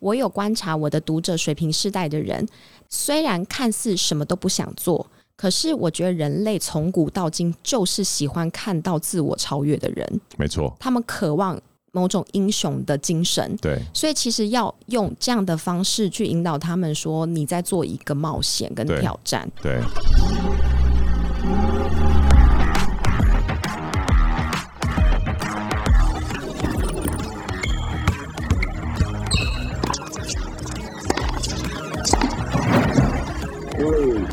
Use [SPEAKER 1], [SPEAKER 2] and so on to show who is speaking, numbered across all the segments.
[SPEAKER 1] 我有观察我的读者水平世代的人，虽然看似什么都不想做，可是我觉得人类从古到今就是喜欢看到自我超越的人，
[SPEAKER 2] 没错，
[SPEAKER 1] 他们渴望某种英雄的精神。
[SPEAKER 2] 对，
[SPEAKER 1] 所以其实要用这样的方式去引导他们说，你在做一个冒险跟
[SPEAKER 2] 对
[SPEAKER 1] 挑战。
[SPEAKER 2] 对，
[SPEAKER 3] three,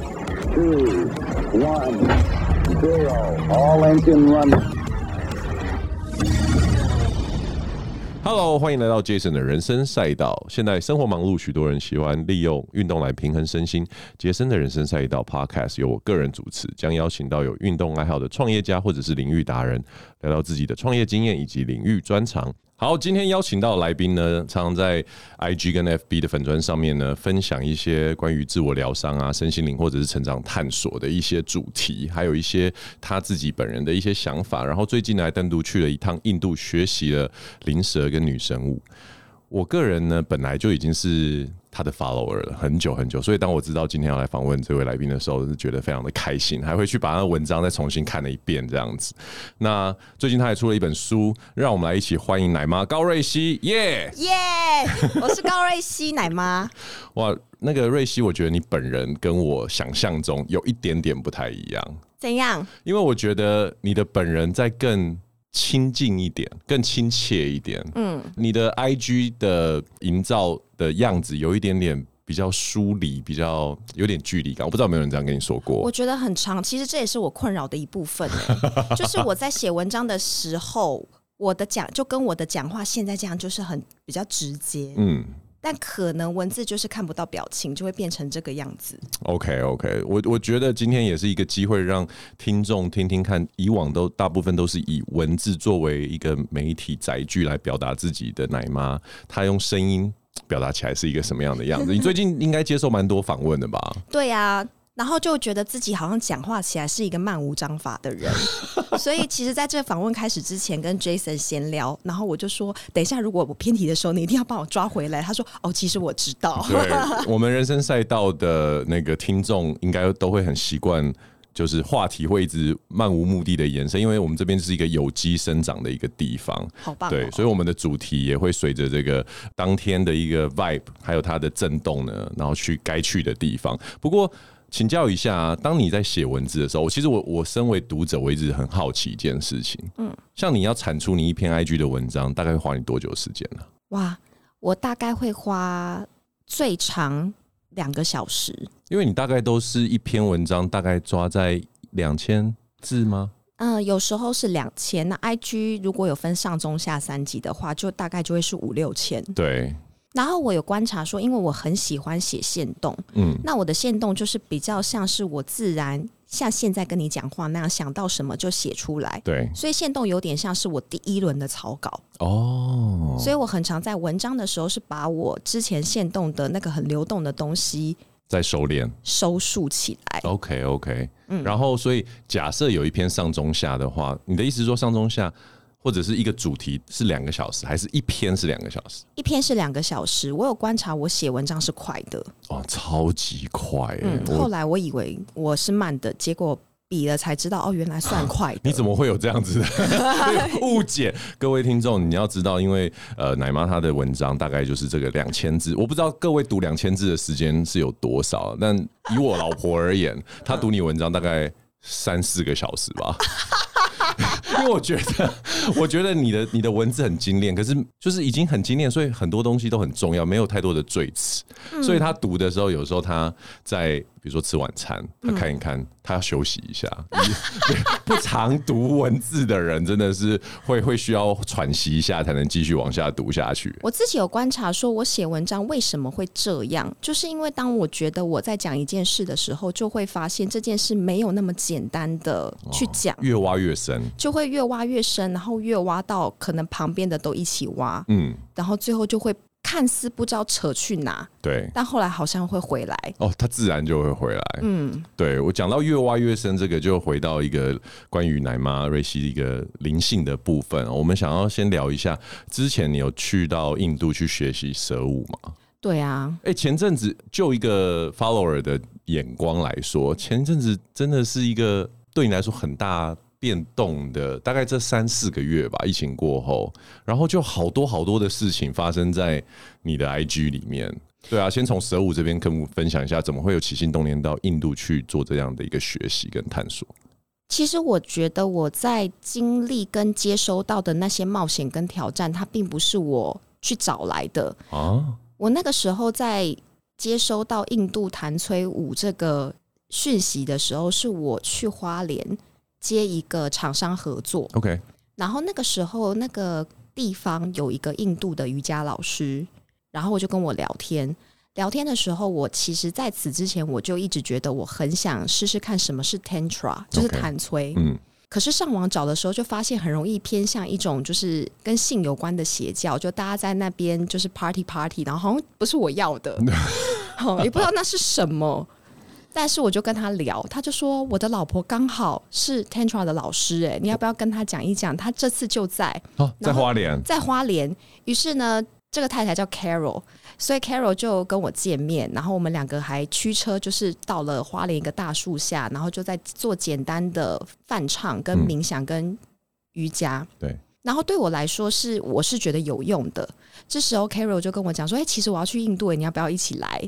[SPEAKER 3] two, one, zero. All engine running.
[SPEAKER 2] Hello，欢迎来到 Jason 的人生赛道。现在生活忙碌，许多人喜欢利用运动来平衡身心。杰森的人生赛道 Podcast 由我个人主持，将邀请到有运动爱好的创业家或者是领域达人，聊聊自己的创业经验以及领域专长。好，今天邀请到的来宾呢，常常在 IG 跟 FB 的粉砖上面呢，分享一些关于自我疗伤啊、身心灵或者是成长探索的一些主题，还有一些他自己本人的一些想法。然后最近呢，还单独去了一趟印度，学习了灵蛇跟女神舞。我个人呢，本来就已经是他的 follower 了，很久很久，所以当我知道今天要来访问这位来宾的时候，是觉得非常的开心，还会去把他的文章再重新看了一遍这样子。那最近他也出了一本书，让我们来一起欢迎奶妈高瑞希，耶、
[SPEAKER 1] 耶 我是高瑞希奶妈。
[SPEAKER 2] 哇，那个瑞希，我觉得你本人跟我想象中有一点点不太一样，
[SPEAKER 1] 怎样？
[SPEAKER 2] 因为我觉得你的本人在更亲近一点，更亲切一点。嗯，你的 IG 的营造的样子有一点点比较疏离，比较有点距离感。我不知道有没有人这样跟你说
[SPEAKER 1] 我
[SPEAKER 2] 过。
[SPEAKER 1] 觉得很长，其实这也是我困扰的一部分欸、 就是我在写文章的时候，我的讲就跟我的讲话现在这样，就是很比较直接，
[SPEAKER 2] 嗯
[SPEAKER 1] 但可能文字就是看不到表情，就会变成这个样子。
[SPEAKER 2] ，OK OK，我我觉得今天也是一个机会，让听众听听看，以往都大部分都是以文字作为一个媒体载具来表达自己的奶妈，她用声音表达起来是一个什么样的样子？你最近应该接受蛮多访问的吧？
[SPEAKER 1] 对啊，然后就觉得自己好像讲话起来是一个漫无章法的 人，所以其实在这访问开始之前，跟 Jason 闲聊，然后我就说，等一下如果我偏题的时候，你一定要帮我抓回来。他说，哦，其实我知道。
[SPEAKER 2] 对，我们人生赛道的那个听众应该都会很习惯，就是话题会一直漫无目的的延伸，因为我们这边是一个有机生长的一个地方。
[SPEAKER 1] 好棒哦
[SPEAKER 2] 对，所以我们的主题也会随着这个当天的一个 vibe，还有它的震动呢，然后去该去的地方。不过。请教一下，啊当你在写文字的时候，我其实我我身为读者，我一直很好奇一件事情，嗯，像你要产出你一篇 IG 的文章，大概会花你多久时间呢、
[SPEAKER 1] 哇，我大概会花最长两个小时。
[SPEAKER 2] 因为你大概都是一篇文章，大概抓在两千字吗？
[SPEAKER 1] 嗯、有时候是两千。那 IG 如果有分上中下三级的话，就大概就会是五六千。
[SPEAKER 2] 对，
[SPEAKER 1] 然后我有观察说，因为我很喜欢写线动，
[SPEAKER 2] 嗯，
[SPEAKER 1] 那我的线动就是比较像是我自然像现在跟你讲话那样，想到什么就写出来。
[SPEAKER 2] 对，
[SPEAKER 1] 所以线动有点像是我第一轮的草稿，
[SPEAKER 2] 哦，
[SPEAKER 1] 所以我很常在文章的时候是把我之前线动的那个很流动的东西
[SPEAKER 2] 在收敛。
[SPEAKER 1] 收束起来。
[SPEAKER 2] OK OK，嗯，然后所以假设有一篇上中下的话，你的意思是说上中下或者是一个主题是两个小时，还是一篇是两个小时？
[SPEAKER 1] 一篇是两个小时，我有观察，我写文章是快的。
[SPEAKER 2] 哦，超级快、欸，
[SPEAKER 1] 嗯，后
[SPEAKER 2] 我
[SPEAKER 1] 来我以为我是慢的，结果比了才知道，哦，原来算快的。
[SPEAKER 2] 你怎么会有这样子的 这个误解？各位听众，你要知道，因为呃，奶妈她的文章大概就是这个两千字，我不知道各位读两千字的时间是有多少，但以我老婆而言，她读你文章大概三四个小时 吧。因为我觉得，我觉得你的你的文字很精炼，可是就是已经很精炼，所以很多东西都很重要，没有太多的赘词。
[SPEAKER 1] 嗯
[SPEAKER 2] 所以他读的时候，有时候他在比如说吃晚餐，他
[SPEAKER 1] 嗯
[SPEAKER 2] 看一看，他休息一下。 不常读文字的人，真的是会会需要喘息一下，才能继续往下读下去。
[SPEAKER 1] 我自己有观察，说我写文章为什么会这样，就是因为当我觉得我在讲一件事的时候，就会发现这件事没有那么简单的去讲，
[SPEAKER 2] 哦越挖越深，
[SPEAKER 1] 就会越挖越深，然后越挖到可能旁边的都一起挖，
[SPEAKER 2] 嗯，
[SPEAKER 1] 然后最后就会看似不知道扯去哪，
[SPEAKER 2] 对，
[SPEAKER 1] 但后来好像会回来。
[SPEAKER 2] 哦，它自然就会回来。嗯，对我讲到越挖越深，这个就回到一个关于奶妈瑞希一个灵性的部分。我们想要先聊一下，之前你有去到印度去学习蛇舞吗？
[SPEAKER 1] 对啊，
[SPEAKER 2] 哎、前阵子就一个 follower 的眼光来说，前阵子真的是一个对你来说很大变动的，大概这三四个月吧，疫情过后，然后就好多好多的事情发生在你的 IG 里面。对啊，先从蛇舞这边跟我们分享一下，怎么会有起心动念到印度去做这样的一个学习跟探索？
[SPEAKER 1] 其实我觉得我在经历跟接收到的那些冒险跟挑战，它并不是我去找来的。
[SPEAKER 2] 啊，
[SPEAKER 1] 我那个时候在接收到印度弹催舞这个讯息的时候，是我去花莲接一个厂商合作，
[SPEAKER 2] OK，
[SPEAKER 1] 然后那个时候那个地方有一个印度的瑜伽老师，然后我就跟我聊天。聊天的时候，我其实在此之前我就一直觉得我很想试试看什么是 tantra，就是
[SPEAKER 2] OK
[SPEAKER 1] 弹催。
[SPEAKER 2] 嗯，
[SPEAKER 1] 可是上网找的时候，就发现很容易偏向一种就是跟性有关的邪教，就大家在那边就是 party party，然后好像不是我要的，哦，也不知道那是什么。但是我就跟他聊，他就说我的老婆刚好是 Tantra 的老师、哎，你要不要跟他讲一讲？他这次就在
[SPEAKER 2] 哦，在
[SPEAKER 1] 然后
[SPEAKER 2] 花莲
[SPEAKER 1] 在花莲，于是呢，这个太太叫 Carol，所以 Carol 就跟我见面，然后我们两个还驱车，就是到了花莲一个大树下，然后就在做简单的梵唱、跟
[SPEAKER 2] 嗯
[SPEAKER 1] 冥想、跟瑜伽。
[SPEAKER 2] 对。
[SPEAKER 1] 然后对我来说是，我是觉得有用的。这时候 Carol 就跟我讲说：“哎、其实我要去印度，你要不要一起来？”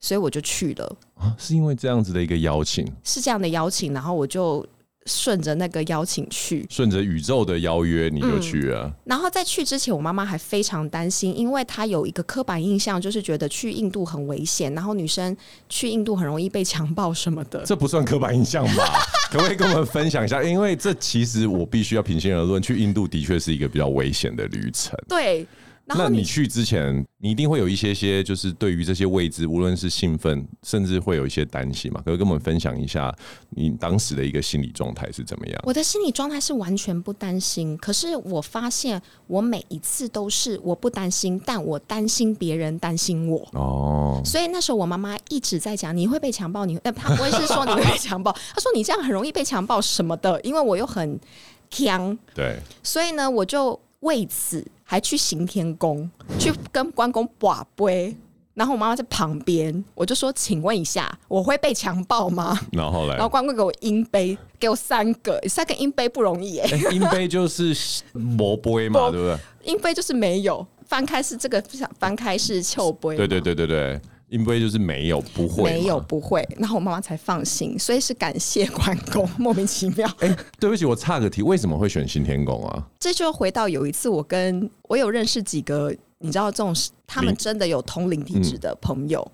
[SPEAKER 1] 所以我就去了，
[SPEAKER 2] 啊，是因为这样子的一个邀请，
[SPEAKER 1] 是这样的邀请，然后我就顺着那个邀请去。
[SPEAKER 2] 顺着宇宙的邀约，你就去了。
[SPEAKER 1] 然后在去之前，我妈妈还非常担心，因为她有一个刻板印象，就是觉得去印度很危险，然后女生去印度很容易被强暴什么的。
[SPEAKER 2] 这不算刻板印象 吧？可不可以跟我们分享一下？因为这其实我必须要平心而论，去印度的确是一个比较危险的旅程。
[SPEAKER 1] 对，然
[SPEAKER 2] 那
[SPEAKER 1] 后
[SPEAKER 2] 你去之前，你一定会有一些些，就是对于这些位置，无论是兴奋，甚至会有一些担心嘛。可不可以跟我们分享一下你当时的一个心理状态是怎么样？
[SPEAKER 1] 我的心理状态是完全不担心，可是我发现我每一次都是我不担心，但我担心别人担心我。
[SPEAKER 2] 哦，
[SPEAKER 1] 所以那时候我妈妈一直在讲，你会被强暴，你呃，她不会是说你会被强暴，她说你这样很容易被强暴什么的，因为我又很强，
[SPEAKER 2] 对，
[SPEAKER 1] 所以呢，我就为此还去行天宫，去跟关公把杯。然后我妈妈在旁边，我就说：“请问一下，我会被强暴吗
[SPEAKER 2] 然后？”嘞
[SPEAKER 1] 然，后关公给我阴杯，给我三个，三个阴杯不容易耶、
[SPEAKER 2] 哎英杯就是魔杯嘛，
[SPEAKER 1] 魔
[SPEAKER 2] 对不对？
[SPEAKER 1] 阴杯就是没有。翻开是这个，翻开是臭杯，
[SPEAKER 2] 对对对对对，英杯就是没有，不会嘛，
[SPEAKER 1] 没有不会。然后我妈妈才放心，所以是感谢关公，莫名其妙。
[SPEAKER 2] 哎、对不起，我岔个题，为什么会选新天宫啊？
[SPEAKER 1] 这就回到有一次，我跟我有认识几个，你知道这种他们
[SPEAKER 2] 灵
[SPEAKER 1] 真的有同龄体质的朋友，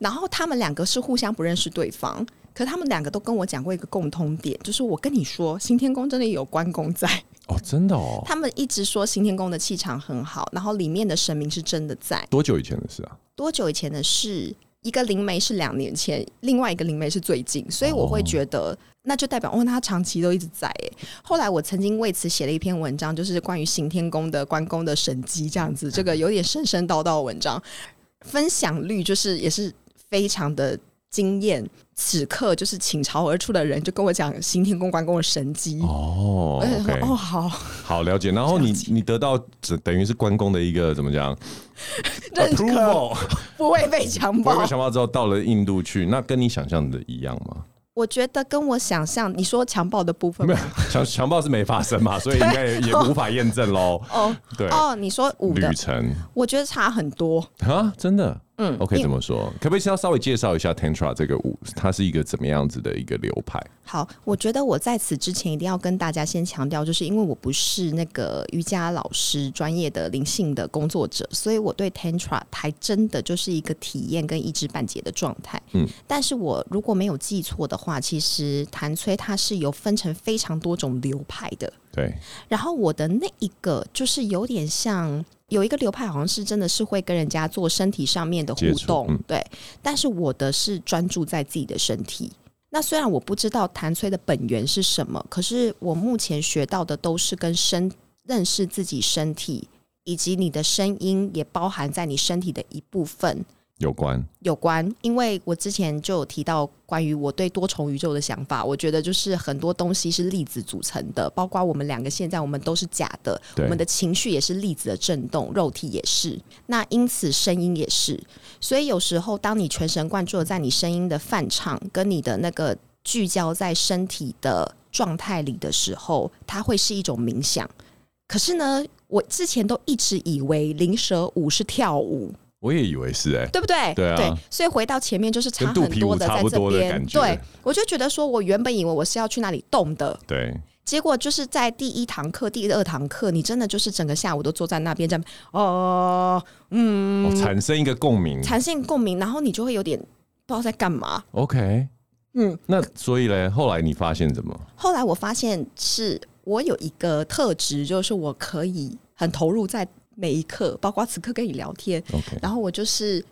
[SPEAKER 1] 然后他们两个是互相不认识对方，可他们两个都跟我讲过一个共通点，就是我跟你说，新天宫真的有关公在，
[SPEAKER 2] 哦，真的哦，
[SPEAKER 1] 他们一直说新天宫的气场很好，然后里面的神明是真的在。
[SPEAKER 2] 多久以前的事啊？
[SPEAKER 1] 多久以前的事？一个灵媒是两年前，另外一个灵媒是最近，所以我会觉得、那就代表哦，那他长期都一直在哎。后来我曾经为此写了一篇文章，就是关于行天宫的关公的神机这样
[SPEAKER 2] 嗯
[SPEAKER 1] 子，这个有点神神叨叨的文章，分享率就是也是非常的惊艳。此刻就是倾巢而出的人就跟我讲行天宫关公的神机，
[SPEAKER 2] 哦
[SPEAKER 1] 我就
[SPEAKER 2] ，OK，
[SPEAKER 1] 说哦好，
[SPEAKER 2] 好了解。然后你
[SPEAKER 1] 了解
[SPEAKER 2] 你得到只等于是关公的一个怎么讲
[SPEAKER 1] 认可
[SPEAKER 2] approval，
[SPEAKER 1] 不会被强
[SPEAKER 2] 我
[SPEAKER 1] 暴
[SPEAKER 2] 没。想到之后到了印度去，那跟你想象的一样吗？
[SPEAKER 1] 我觉得跟我想象你说强暴的部分
[SPEAKER 2] 没
[SPEAKER 1] 吗
[SPEAKER 2] 有，强强暴是没发生 嘛，所以应该也也无法验证喽。
[SPEAKER 1] 哦
[SPEAKER 2] 对，
[SPEAKER 1] 哦，你说五的
[SPEAKER 2] 旅程
[SPEAKER 1] 我觉得差很多。
[SPEAKER 2] 啊，真的。
[SPEAKER 1] 嗯
[SPEAKER 2] OK，
[SPEAKER 1] 因
[SPEAKER 2] 怎么说？可不可以稍稍微介绍一下 Tantra 这个舞？它是一个怎么样子的一个流派？
[SPEAKER 1] 好，我觉得我在此之前一定要跟大家先强调，就是因为我不是那个瑜伽老师、专业的灵性的工作者，所以我对 Tantra 还真的就是一个体验跟一知半解的状态。
[SPEAKER 2] 嗯，
[SPEAKER 1] 但是我如果没有记错的话，其实弹催它是有分成非常多种流派的。
[SPEAKER 2] 对，
[SPEAKER 1] 然后我的那一个就是有点像有一个流派，好像是真的是会跟人家做身体上面的
[SPEAKER 2] 接
[SPEAKER 1] 互
[SPEAKER 2] 触
[SPEAKER 1] 动，
[SPEAKER 2] 嗯
[SPEAKER 1] 对。但是我的是专注在自己的身体。那虽然我不知道弹催的本源是什么，可是我目前学到的都是跟身认识自己身体以及你的声音也包含在你身体的一部分
[SPEAKER 2] 有关。
[SPEAKER 1] 有关。因为我之前就有提到关于我对多重宇宙的想法，我觉得就是很多东西是粒子组成的，包括我们两个现在我们都是假的，
[SPEAKER 2] 对
[SPEAKER 1] 我们的情绪也是粒子的震动，肉体也是。那因此声音也是，所以有时候当你全神贯注的在你声音的泛唱跟你的那个聚焦在身体的状态里的时候，它会是一种冥想。可是呢，我之前都一直以为灵蛇舞是跳舞，
[SPEAKER 2] 我也以为是哎、
[SPEAKER 1] 对不对？
[SPEAKER 2] 对啊
[SPEAKER 1] 所以回到前面就是差
[SPEAKER 2] 跟肚
[SPEAKER 1] 很
[SPEAKER 2] 皮
[SPEAKER 1] 多
[SPEAKER 2] 舞
[SPEAKER 1] 的
[SPEAKER 2] 差
[SPEAKER 1] 在
[SPEAKER 2] 不
[SPEAKER 1] 这
[SPEAKER 2] 多的
[SPEAKER 1] 边
[SPEAKER 2] 感，觉
[SPEAKER 1] 对我就觉得说，我原本以为我是要去那里动的，
[SPEAKER 2] 对，
[SPEAKER 1] 结果就是在第一堂课、第二堂课，你真的就是整个下午都坐在那边，这样哦，
[SPEAKER 2] 哦，产生一个共鸣。
[SPEAKER 1] 产生共鸣，然后你就会有点不知道在干嘛。
[SPEAKER 2] OK，
[SPEAKER 1] 嗯，
[SPEAKER 2] 那所以嘞，后来你发现怎么？
[SPEAKER 1] 后来我发现是我有一个特质，就是我可以很投入在每一刻，包括此刻跟你聊天，
[SPEAKER 2] OK
[SPEAKER 1] 然后我就是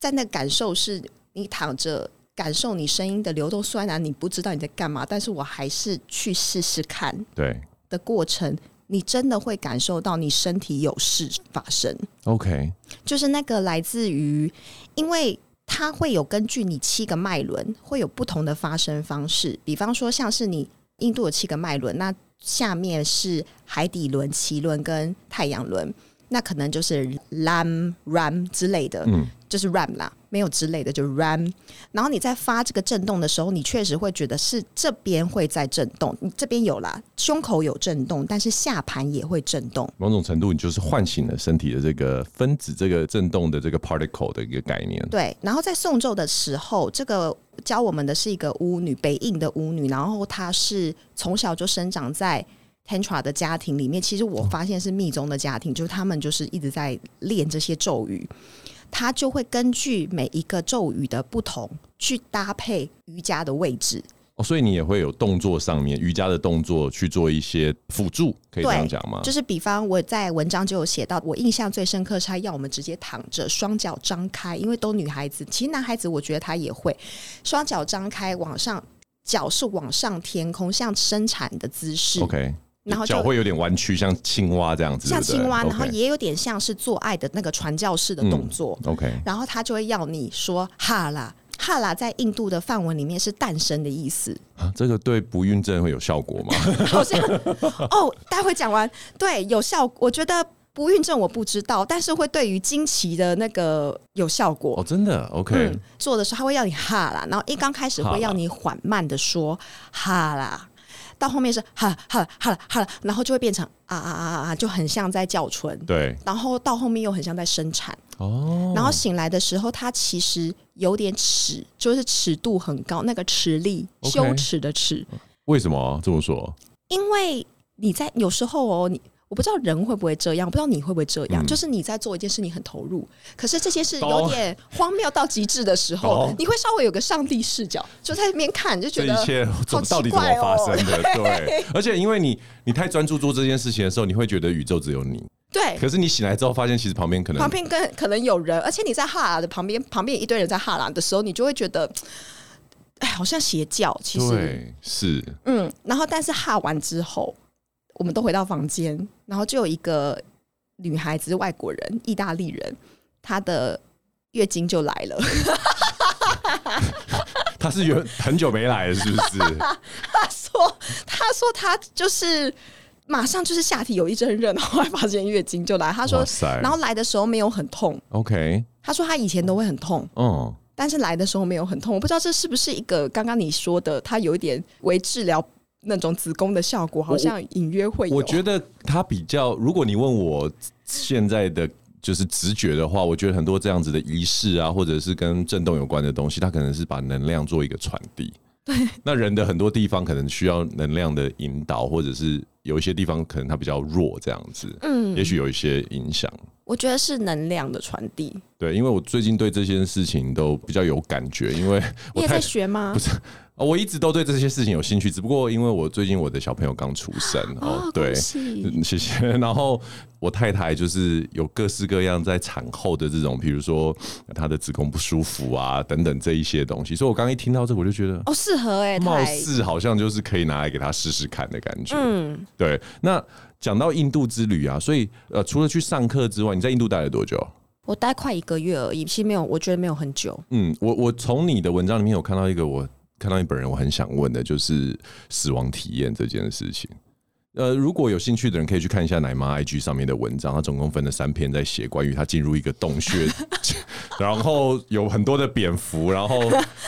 [SPEAKER 1] 在那感受是，你躺着感受你声音的流动，虽然你不知道你在干嘛，但是我还是去试试看
[SPEAKER 2] 对
[SPEAKER 1] 的过程，你真的会感受到你身体有事发生，
[SPEAKER 2] ，OK，
[SPEAKER 1] 就是那个来自于，因为它会有根据你七个脉轮会有不同的发声方式，比方说像是你印度有七个脉轮，那下面是海底轮、脐轮跟太阳轮。那可能就是 lam ram 之类的，
[SPEAKER 2] 嗯，
[SPEAKER 1] 就是 ram 啦，没有之类的，就是 ram。然后你在发这个震动的时候，你确实会觉得是这边会在震动，你这边有啦，胸口有震动，但是下盘也会震动。
[SPEAKER 2] 某种程度你就是唤醒了身体的这个分子这个振动的这个 particle 的一个概念。
[SPEAKER 1] 对，然后在诵咒的时候，这个教我们的是一个巫女，北印的巫女，然后她是从小就生长在 Tantra 的家庭里面。其实我发现是密宗的家庭，就是他们就是一直在练这些咒语，她就会根据每一个咒语的不同去搭配瑜伽的位置。
[SPEAKER 2] 哦，所以你也会有动作上面瑜伽的动作去做一些辅助，可以这样
[SPEAKER 1] 对
[SPEAKER 2] 讲吗？
[SPEAKER 1] 就是比方我在文章就有写到，我印象最深刻是他要我们直接躺着，双脚张开，因为都女孩子，其实男孩子我觉得他也会，双脚张开往上，脚是往上天空，像生产的姿势
[SPEAKER 2] OK，
[SPEAKER 1] 然后就
[SPEAKER 2] 脚会有点弯曲，像青蛙这样子，
[SPEAKER 1] 像
[SPEAKER 2] 对不对
[SPEAKER 1] 青蛙，然后
[SPEAKER 2] OK 嗯
[SPEAKER 1] 也有点像是做爱的那个传教士的动作，
[SPEAKER 2] OK，
[SPEAKER 1] 然后他就会要你说哈啦。哈啦，在印度的范文里面是诞生的意思，
[SPEAKER 2] 啊这个对不孕症会有效果吗？
[SPEAKER 1] 好像哦，待会讲完，对，有效。我觉得不孕症我不知道，但是会对于经期的那个有效
[SPEAKER 2] 哦，
[SPEAKER 1] 果。
[SPEAKER 2] 真的 OK，、
[SPEAKER 1] 嗯，做的时候他会要你哈啦，然后一刚开始会要你缓慢的说哈啦，到后面是哈哈啦哈啦哈啦，然后就会变成啊啊啊啊啊，就很像在叫唇，
[SPEAKER 2] 对
[SPEAKER 1] 然后到后面又很像在生产。
[SPEAKER 2] 哦，
[SPEAKER 1] 然后醒来的时候，他其实有点尺，就是尺度很高，那个尺力，
[SPEAKER 2] OK
[SPEAKER 1] 羞耻的耻。
[SPEAKER 2] 为什么啊这么说？
[SPEAKER 1] 因为你在有时候哦，你我不知道人会不会这样，不知道你会不会这样，
[SPEAKER 2] 嗯
[SPEAKER 1] 就是你在做一件事，你很投入，可是这件事
[SPEAKER 2] 懂
[SPEAKER 1] 有点荒谬到极致的时候
[SPEAKER 2] 懂，
[SPEAKER 1] 你会稍微有个上帝视角，就在那边看，就
[SPEAKER 2] 哦这
[SPEAKER 1] 觉得
[SPEAKER 2] 一切怎
[SPEAKER 1] 好
[SPEAKER 2] 么到底
[SPEAKER 1] 奇
[SPEAKER 2] 怎么
[SPEAKER 1] 怪
[SPEAKER 2] 发
[SPEAKER 1] 哦
[SPEAKER 2] 生，的？对，而且因为你你太专注做这件事情的时候，你会觉得宇宙只有你，
[SPEAKER 1] 对。
[SPEAKER 2] 可是你醒来之后发现，其实旁边可能
[SPEAKER 1] 旁边跟可能有人，而且你在哈喇的旁边，旁边一堆人在哈喇的时候，你就会觉得，哎，好像邪教。其实，
[SPEAKER 2] 对是
[SPEAKER 1] 嗯，然后但是哈完之后，我们都回到房间，然后就有一个女孩子，外国人，意大利人，她的月经就来 了。
[SPEAKER 2] 他是原很久没来了，是不 是？
[SPEAKER 1] 她说，她说她就是马上就是下体有一阵热，然后还发现月经就来。她说
[SPEAKER 2] 哇，塞
[SPEAKER 1] 然后来的时候没有很痛。
[SPEAKER 2] OK，
[SPEAKER 1] 她说她以前都会很痛，
[SPEAKER 2] 嗯，
[SPEAKER 1] 但是来的时候没有很痛。我不知道这是不是一个刚刚你说的，它有一点为治疗那种子宫的效果，好像隐约会有。
[SPEAKER 2] 我觉得他比较，如果你问我现在的。就是直觉的话，我觉得很多这样子的仪式啊，或者是跟震动有关的东西，它可能是把能量做一个传递。对，那人的很多地方可能需要能量的引导，或者是有一些地方可能它比较弱，这样子，嗯，也许有一些影响。
[SPEAKER 1] 我觉得是能量的传递，
[SPEAKER 2] 对，因为我最近对这件事情都比较有感觉，因为
[SPEAKER 1] 你
[SPEAKER 2] 我
[SPEAKER 1] 也
[SPEAKER 2] 太
[SPEAKER 1] 在学吗
[SPEAKER 2] 不？是。哦我一直都对这些事情有兴趣，只不过因为我最近我的小朋友刚出生
[SPEAKER 1] 哦
[SPEAKER 2] 哦，对
[SPEAKER 1] 恭喜，
[SPEAKER 2] 嗯谢谢。 然后我太太就是有各式各样在产后的这种，比如说她的子宫不舒服啊等等这一些东西，所以我刚一听到这个我就觉得
[SPEAKER 1] 哦，适合哎、欸，
[SPEAKER 2] 貌
[SPEAKER 1] 太
[SPEAKER 2] 似好像就是可以拿来给他试试看的感觉。嗯，对。那讲到印度之旅啊，所以呃，除了去上课之外，你在印度待了多久？
[SPEAKER 1] 我待快一个月而已，其实没有，我觉得没有很久。
[SPEAKER 2] 嗯，我我从你的文章里面有看到一个我看到你本人我很想问的，就是死亡体验这件事情。呃，如果有兴趣的人可以去看一下奶妈 IG 上面的文章，她总共分了三篇在写关于她进入一个洞穴，然后有很多的蝙蝠，然后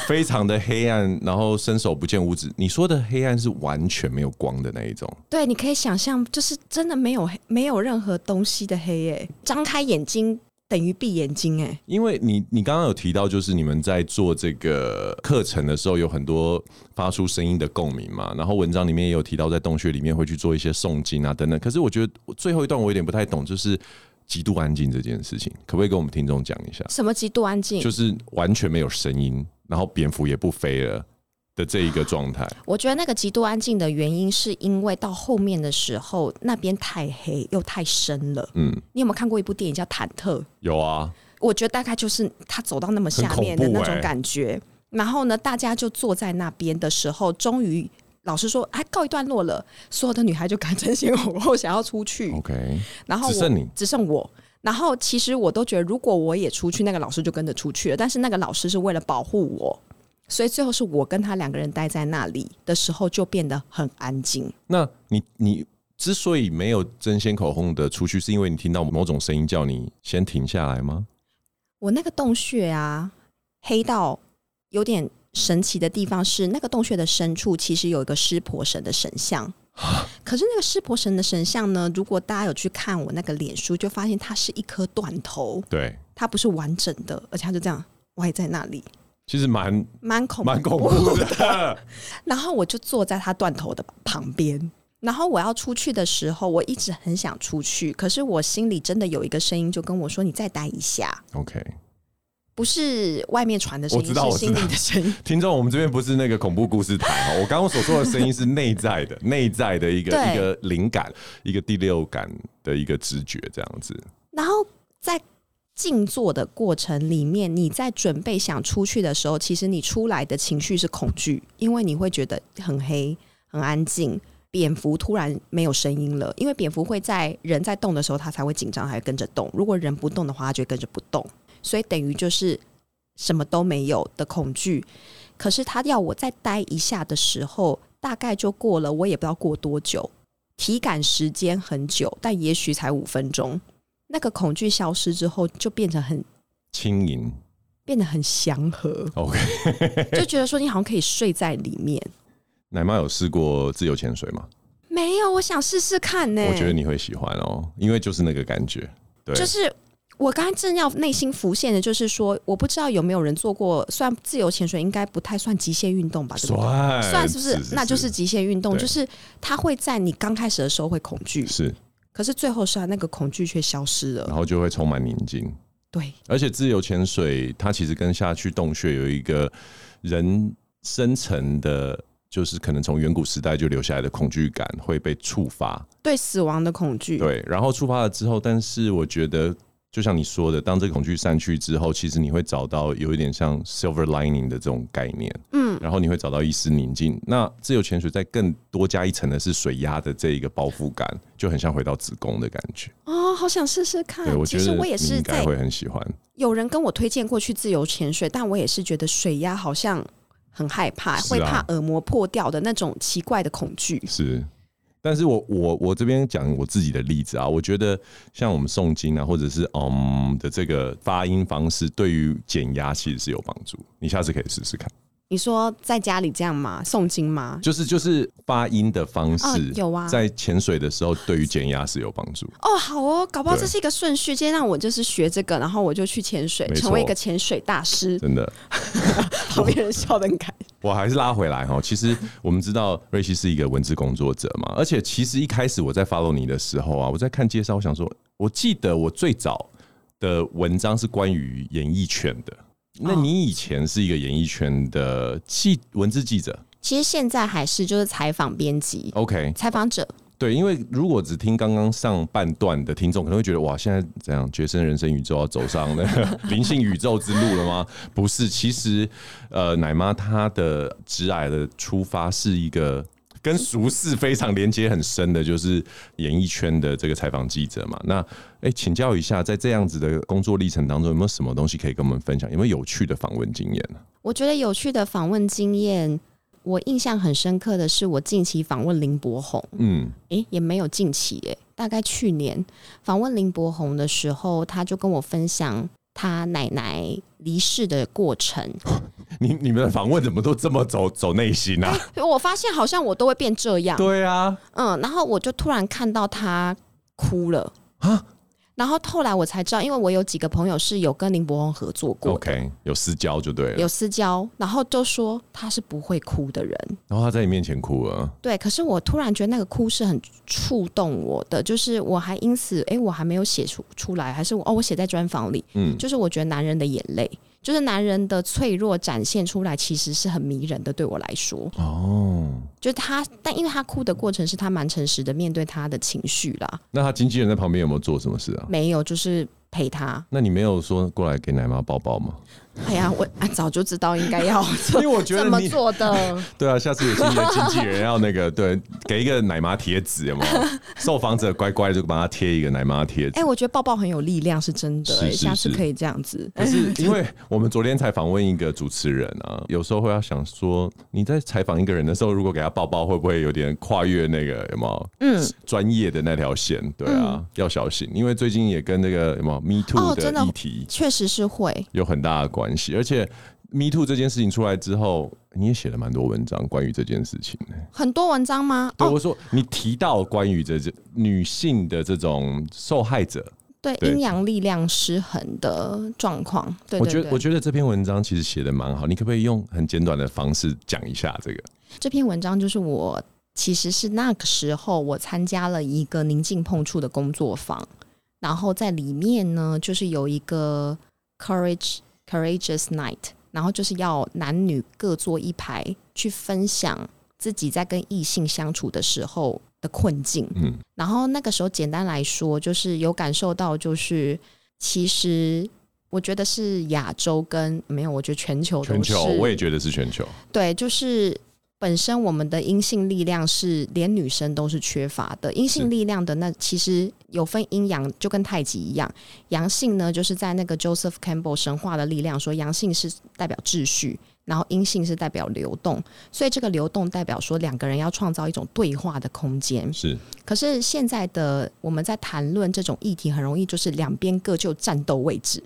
[SPEAKER 2] 非常的黑暗，然后伸手不见五指。你说的黑暗是完全没有光的那一种，
[SPEAKER 1] 对，你可以想象，就是真的没有黑没有任何东西的黑哎、张开眼睛等于闭眼睛哎、
[SPEAKER 2] 因为你你刚刚有提到，就是你们在做这个课程的时候，有很多发出声音的共鸣嘛。然后文章里面也有提到，在洞穴里面会去做一些诵经啊等等。可是我觉得我最后一段我有点不太懂，就是极度安静这件事情，可不可以跟我们听众讲一下？
[SPEAKER 1] 什么极度安静？
[SPEAKER 2] 就是完全没有声音，然后蝙蝠也不飞了的这一个状态。
[SPEAKER 1] 我觉得那个极度安静的原因，是因为到后面的时候，那边太黑又太深了。
[SPEAKER 2] 嗯，
[SPEAKER 1] 你有没有看过一部电影叫《忐忑》？
[SPEAKER 2] 有啊，
[SPEAKER 1] 我觉得大概就是他走到那么下面的
[SPEAKER 2] 很恐怖
[SPEAKER 1] 那种
[SPEAKER 2] 欸
[SPEAKER 1] 感觉。然后呢，大家就坐在那边的时候，终于老师说：“哎，告一段落了。”所有的女孩就赶争先恐后想要出去。
[SPEAKER 2] ，OK，
[SPEAKER 1] 然后
[SPEAKER 2] 哦只
[SPEAKER 1] 我
[SPEAKER 2] 剩你
[SPEAKER 1] 只剩我。然后其实我都觉得，如果我也出去，那个老师就跟着出去了。但是那个老师是为了保护我，所以最后是我跟他两个人待在那里的时候，就变得很安静。
[SPEAKER 2] 那你你之所以没有争先恐后的出去，是因为你听到某种声音叫你先停下来吗？
[SPEAKER 1] 我那个洞穴啊，黑到有点神奇的地方是，那个洞穴的深处其实有一个湿婆神的神像。
[SPEAKER 2] 啊
[SPEAKER 1] 可是那个湿婆神的神像呢？如果大家有去看我那个脸书，就发现它是一颗断头，
[SPEAKER 2] 对。
[SPEAKER 1] 它不是完整的，而且它就这样歪在那里，
[SPEAKER 2] 其实蛮
[SPEAKER 1] 蛮恐
[SPEAKER 2] 蛮恐怖的。
[SPEAKER 1] 然后我就坐在他断头的旁边。然后我要出去的时候，我一直很想出去，可是我心里真的有一个声音就跟我说：“你再待一下。
[SPEAKER 2] OK，”
[SPEAKER 1] 不是外面传的声
[SPEAKER 2] 我
[SPEAKER 1] 音，
[SPEAKER 2] 知道
[SPEAKER 1] 是心里的声音。
[SPEAKER 2] 听众，我们这边不是那个恐怖故事台哈，我刚刚所说的声音是内 在的，内在的一个
[SPEAKER 1] 对
[SPEAKER 2] 一个灵感，一个第六感的一个直觉这样子。
[SPEAKER 1] 然后在静坐的过程里面，你在准备想出去的时候，其实你出来的情绪是恐惧，因为你会觉得很黑、很安静。蝙蝠突然没有声音了，因为蝙蝠会在人在动的时候，它才会紧张，还会跟着动。如果人不动的话，它就会跟着不动。所以等于就是什么都没有的恐惧。可是他要我再待一下的时候，大概就过了，我也不知道过多久，体感时间很久，但也许才五分钟。那个恐惧消失之后，就变成很
[SPEAKER 2] 轻盈
[SPEAKER 1] 变得很祥 和，
[SPEAKER 2] ，OK。
[SPEAKER 1] 就觉得说你好像可以睡在里面。
[SPEAKER 2] 奶妈有试过自由潜水吗？
[SPEAKER 1] 没有，我想试试看呢、
[SPEAKER 2] 我觉得你会喜欢哦，因为就是那个感觉。对，
[SPEAKER 1] 就是我刚刚正要内心浮现的，就是说，我不知道有没有人做过，算自由潜水应该不太算极限运动吧？对不对？
[SPEAKER 2] 算
[SPEAKER 1] 算是不是？那就是极限运动，
[SPEAKER 2] 对
[SPEAKER 1] 就是它会在你刚开始的时候会恐惧，
[SPEAKER 2] 是，
[SPEAKER 1] 可是最后是啊它那个恐惧却消失了。
[SPEAKER 2] 然后就会充满宁静。
[SPEAKER 1] 对，
[SPEAKER 2] 而且自由潜水，它其实跟下去洞穴有一个人深层的，就是可能从远古时代就留下来的恐惧感会被触发。
[SPEAKER 1] 对死亡的恐惧，
[SPEAKER 2] 对，然后触发了之后，但是我觉得，就像你说的，当这个恐惧散去之后，其实你会找到有一点像 silver lining 的这种概念，嗯，然后你会找到一丝宁静。那自由潜水再更多加一层的是水压的这一个包覆感，就很像回到子宫的感觉。
[SPEAKER 1] 哦，好想试试看
[SPEAKER 2] 对，。我觉
[SPEAKER 1] 嗯其
[SPEAKER 2] 得
[SPEAKER 1] 实我也
[SPEAKER 2] 你
[SPEAKER 1] 是
[SPEAKER 2] 应该
[SPEAKER 1] 在
[SPEAKER 2] 会很喜欢。
[SPEAKER 1] 有人跟我推荐过去自由潜水，但我也是觉得水压好像很害怕，
[SPEAKER 2] 是啊
[SPEAKER 1] 会怕耳膜破掉的那种奇怪的恐惧。
[SPEAKER 2] 是，但是我我我这边讲我自己的例子啊，我觉得像我们诵经啊，或者是嗯的这个发音方式，对于减压其实是有帮助。你下次可以试试看，
[SPEAKER 1] 你说在家里这样吗？诵经吗？
[SPEAKER 2] 就是就是发音的方式，
[SPEAKER 1] 哦有啊
[SPEAKER 2] 在潜水的时候对于减压是有帮助。
[SPEAKER 1] 哦，好哦，搞不好
[SPEAKER 2] 对
[SPEAKER 1] 这是一个顺序。今天让我就是学这个，然后我就去潜水，
[SPEAKER 2] 没错
[SPEAKER 1] 成为一个潜水大师。
[SPEAKER 2] 真的，
[SPEAKER 1] 旁边人笑得很开心。
[SPEAKER 2] 我还是拉回来哈。其实我们知道瑞希是一个文字工作者嘛，而且其实一开始我在 follow 你的时候啊，我在看介绍，我想说，我记得我最早的文章是关于演艺圈的。那你以前是一个演艺圈的记文字记者
[SPEAKER 1] 其实现在还是就是采访编辑、
[SPEAKER 2] ，OK？
[SPEAKER 1] 采访者，
[SPEAKER 2] 对，因为如果只听刚刚上半段的听众，可能会觉得哇，现在怎样，决生人生宇宙要走上那 个灵性宇宙之路了吗？不是，其实呃，奶妈她的直癌的出发是一个。跟俗世非常连接很深的，就是演艺圈的这个采访记者嘛。那哎、请教一下，在这样子的工作历程当中，有没有什么东西可以跟我们分享？有没有有趣的访问经验啊呢？
[SPEAKER 1] 我觉得有趣的访问经验，我印象很深刻的是我近期访问林柏宏，
[SPEAKER 2] 嗯，
[SPEAKER 1] 诶、也没有近期诶、大概去年访问林柏宏的时候，他就跟我分享他奶奶离世的过 程。
[SPEAKER 2] 你你们的访问怎么都这么走走内心啊？
[SPEAKER 1] 我发现好像我都会变这样，
[SPEAKER 2] 对啊，
[SPEAKER 1] 嗯，然后我就突然看到他哭了
[SPEAKER 2] 啊
[SPEAKER 1] 然后后来我才知道，因为我有几个朋友是有跟林柏宏合作过的
[SPEAKER 2] OK，有私交就对了。
[SPEAKER 1] 有私交，然后就说他是不会哭的人。
[SPEAKER 2] 然后他在你面前哭了，啊
[SPEAKER 1] 对，可是我突然觉得那个哭是很触动我的，就是我还因此，诶，我还没有写出出来，还是我哦，我写在专访里，
[SPEAKER 2] 嗯，
[SPEAKER 1] 就是我觉得男人的眼泪，就是男人的脆弱展现出来，其实是很迷人的。对我来说，
[SPEAKER 2] 哦，
[SPEAKER 1] 就是他，但因为他哭的过程是他蛮诚实的面对他的情绪啦，
[SPEAKER 2] 那他经纪人在旁边有没有做什么事啊？
[SPEAKER 1] 没有就是陪他。
[SPEAKER 2] 那你没有说过来给奶妈抱抱吗？
[SPEAKER 1] 哎呀，我啊早就知道应该要
[SPEAKER 2] 因为我 觉
[SPEAKER 1] 这
[SPEAKER 2] 得
[SPEAKER 1] 么
[SPEAKER 2] 你
[SPEAKER 1] 做 的。
[SPEAKER 2] 对啊，下次有新的经纪人要那个 对，给一个奶妈贴纸，有 没有？受访者乖乖就帮他贴一个奶妈贴纸
[SPEAKER 1] 哎、。我觉得抱抱很有力量，是真的、
[SPEAKER 2] 是
[SPEAKER 1] 哎
[SPEAKER 2] 是
[SPEAKER 1] 下次
[SPEAKER 2] 是
[SPEAKER 1] 可以这样子。
[SPEAKER 2] 可是
[SPEAKER 1] 嗯
[SPEAKER 2] 因为我们昨天才访问一个主持人啊，有时候会要想说，你在采访一个人的时候，如果给他抱抱，会不会有点跨越那个有没有？嗯，专业的那条线，对啊，要小心，因为最近也跟那个有没有 Me
[SPEAKER 1] 嗯哦
[SPEAKER 2] Too
[SPEAKER 1] 真的
[SPEAKER 2] 议题
[SPEAKER 1] 确实是会，
[SPEAKER 2] 有很大的关系，而且 Me Too 这件事情出来之后，你也写了蛮多文章关于这件事情、欸。
[SPEAKER 1] 很多文章吗？
[SPEAKER 2] 对，
[SPEAKER 1] 哦，
[SPEAKER 2] 我说你提到关于这这女性的这种受害者，
[SPEAKER 1] 对
[SPEAKER 2] 对
[SPEAKER 1] 阴阳力量失衡的状况。对对对，
[SPEAKER 2] 我觉得我觉得这篇文章其实写的蛮好，你可不可以用很简短的方式讲一下这个？
[SPEAKER 1] 这篇文章就是我其实是那个时候我参加了一个宁静碰触的工作坊，然后在里面呢，就是有一个 courage courageous night，然后就是要男女各坐一排去分享自己在跟异性相处的时候的困境。
[SPEAKER 2] 嗯，
[SPEAKER 1] 然后那个时候，简单来说，就是有感受到，就是其实我觉得是亚洲跟没有，我觉得全球都
[SPEAKER 2] 全球
[SPEAKER 1] 是
[SPEAKER 2] 我也觉得是全球，
[SPEAKER 1] 对，就是本身我们的阴性力量是连女生都是缺乏的。阴
[SPEAKER 2] 是
[SPEAKER 1] 性力量的那其实有分阴阳，就跟太极一样。阳性呢，就是在那个 Joseph Campbell 神话的力量说，阳性是代表秩序。然后阴性是代表流动，所以这个流动代表说两个人要创造一种对话的空间。
[SPEAKER 2] 是
[SPEAKER 1] 可是现在的我们在谈论这种议题，很容易就是两边各就战斗位置，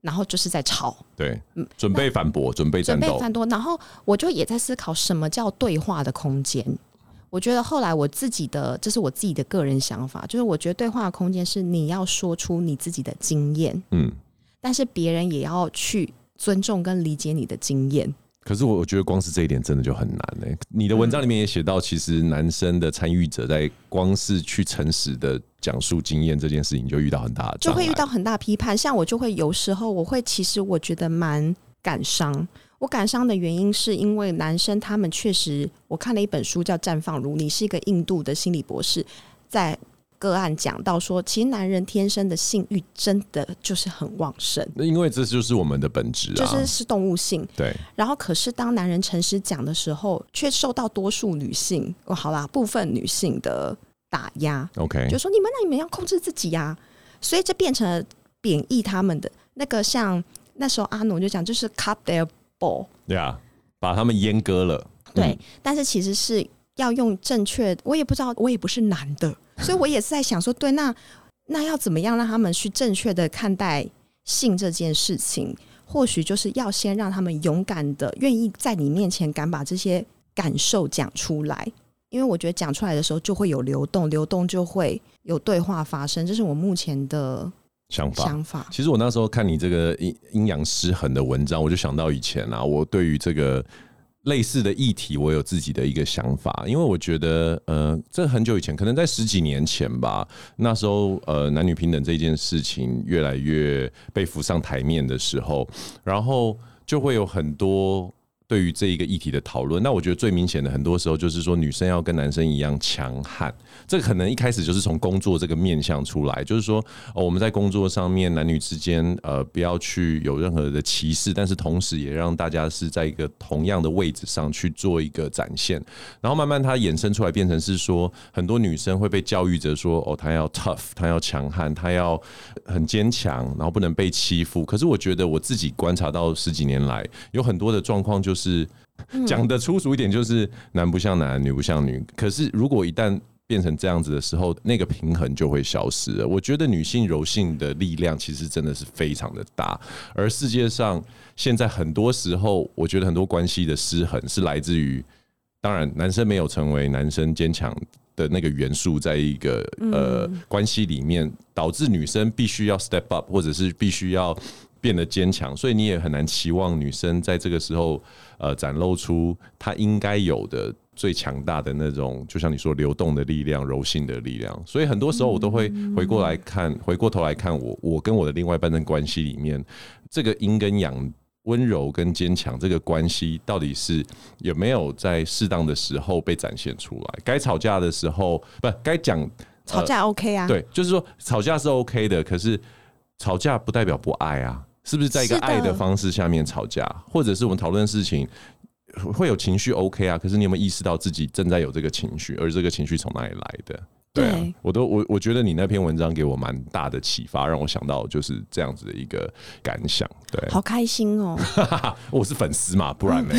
[SPEAKER 1] 然后就是在吵。
[SPEAKER 2] 对，准备反驳，准备
[SPEAKER 1] 嗯准
[SPEAKER 2] 战
[SPEAKER 1] 备
[SPEAKER 2] 斗，
[SPEAKER 1] 翻多，然后我就也在思考什么叫对话的空间。我觉得后来我自己的，这是我自己的个人想法，就是我觉得对话的空间是你要说出你自己的经验，
[SPEAKER 2] 嗯。
[SPEAKER 1] 但是别人也要去尊重跟理解你的经验。
[SPEAKER 2] 可是我我觉得光是这一点真的就很难嘞、你的文章里面也写到，其实男生的参与者在光是去诚实的讲述经验这件事情，就遇到很大的
[SPEAKER 1] 就
[SPEAKER 2] 障碍
[SPEAKER 1] 会遇到很大批判。像我就会有时候我会，其实我觉得蛮感伤。我感伤的原因是因为男生他们确实，我看了一本书叫《绽放如你》，是一个印度的心理博士在个案讲到说，其实男人天生的性欲真的就是很旺盛，
[SPEAKER 2] 那因为这就是我们的本质
[SPEAKER 1] 就
[SPEAKER 2] 啊，
[SPEAKER 1] 是是动物性。
[SPEAKER 2] 对，
[SPEAKER 1] 然后，可是当男人诚实讲的时候，却受到多数女性，哦，好啦，部分女性的打压。
[SPEAKER 2] OK，
[SPEAKER 1] 就说你们那你们要控制自己呀、啊所以这变成了贬义他们的那个像那时候阿奴就讲就是 cut their ball，
[SPEAKER 2] 对啊，把他们阉割了。
[SPEAKER 1] 对，
[SPEAKER 2] 嗯
[SPEAKER 1] 但是其实是要用正确，我也不知道，我也不是男的，所以我也是在想说，对，那那要怎么样让他们去正确的看待性这件事情？或许就是要先让他们勇敢的，愿意在你面前敢把这些感受讲出来，因为我觉得讲出来的时候就会有流动，流动就会有对话发生，这是我目前的
[SPEAKER 2] 想法。
[SPEAKER 1] 想法。
[SPEAKER 2] 其实我啊那时候看你这个阴阴阳失衡的文章，我就想到以前啊，我对于这个类似的议题，我有自己的一个想法，因为我觉得，呃，这很久以前，可能在十几年前吧，那时候，呃，男女平等这件事情越来越被浮上台面的时候，然后就会有很多对于这一个议题的讨论。那我觉得最明显的，很多时候就是说，女生要跟男生一样强悍，这个可能一开始就是从工作这个面向出来，就是说，哦，我们在工作上面男女之间，呃，不要去有任何的歧视，但是同时也让大家是在一个同样的位置上去做一个展现。然后慢慢它衍生出来，变成是说，很多女生会被教育着说，哦，她要 tough，她要强悍，她要很坚强，然后不能被欺负。可是我觉得我自己观察到十几年来，有很多的状况就是。讲的粗俗一点，就是男不像男，女不像女。可是如果一旦变成这样子的时候，那个平衡就会消失了。我觉得女性柔性的力量其实真的是非常的大，而世界上现在很多时候，我觉得很多关系的失衡是来自于，当然男生没有成为男生坚强的那个元素，在一个呃关系里面，导致女生必须要 step up，或者是必须要变得坚强，所以你也很难期望女生在这个时候呃展露出她应该有的最强大的那种，就像你说流动的力量、柔性的力量。所以很多时候我都会回过来看，回过头来看我我跟我的另外一半的关系里面，这个阴跟阳。温柔跟坚强这个关系到底是有没有在适当的时候被展现出来？该吵架的时候，不该讲
[SPEAKER 1] 吵架 OK 啊？
[SPEAKER 2] 对，就是说吵架是 OK 的，可是吵架不代表不爱啊，是不是在一个
[SPEAKER 1] 是的
[SPEAKER 2] 爱的方式下面吵架，或者是我们讨论事情会有情绪 OK 啊？可是你有没有意识到自己正在有这个情绪，而这个情绪从哪里来的？啊
[SPEAKER 1] 对，
[SPEAKER 2] 我都我我觉得你那篇文章给我蛮大的启发，让我想到就是这样子的一个感想。对，
[SPEAKER 1] 好开心哦！
[SPEAKER 2] 我是粉丝嘛，不 然呢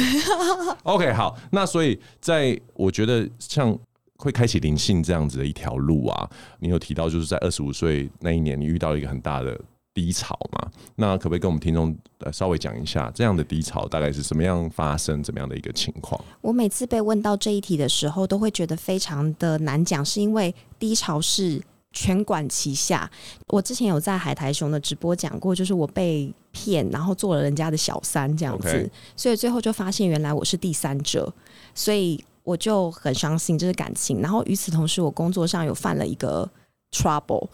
[SPEAKER 2] ？OK，好，那所以在我觉得像会开启灵性这样子的一条路啊，你有提到就是在二十五岁那一年，你遇到一个很大的低潮嘛？那可不可以跟我们听众呃稍微讲一下这样的低潮大概是什么样发生，怎么样的一个情况？
[SPEAKER 1] 我每次被问到这一题的时候，都会觉得非常的难讲，是因为低潮是全管齐下。我之前有在海苔熊的直播讲过，就是我被骗，然后做了人家的小三这样子
[SPEAKER 2] OK
[SPEAKER 1] 所以最后就发现原来我是第三者，所以我就很伤心，这是感情。然后与此同时，我工作上有犯了一个 trouble。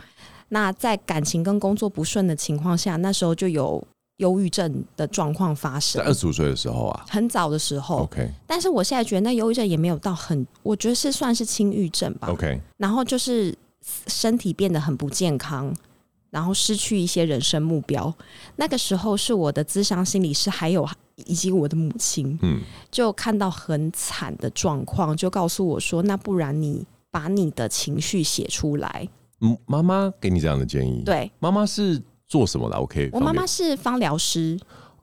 [SPEAKER 1] 那在感情跟工作不顺的情况下，那时候就有忧郁症的状况发生
[SPEAKER 2] 在。二十五岁的时候啊
[SPEAKER 1] 很早的时候，
[SPEAKER 2] ，OK
[SPEAKER 1] 但是我现在觉得那忧郁症也没有到很，我觉得是算是轻郁症吧。
[SPEAKER 2] OK，
[SPEAKER 1] 然后就是身体变得很不健康，然后失去一些人生目标。那个时候是我的咨商心理师，还有以及我的母亲，
[SPEAKER 2] 嗯，
[SPEAKER 1] 就看到很惨的状况，就告诉我说：“那不然你把你的情绪写出来。
[SPEAKER 2] 嗯，妈妈给你这样的建议，，
[SPEAKER 1] 对
[SPEAKER 2] 妈妈是做什么的？OK，啊
[SPEAKER 1] 我妈妈是芳疗师，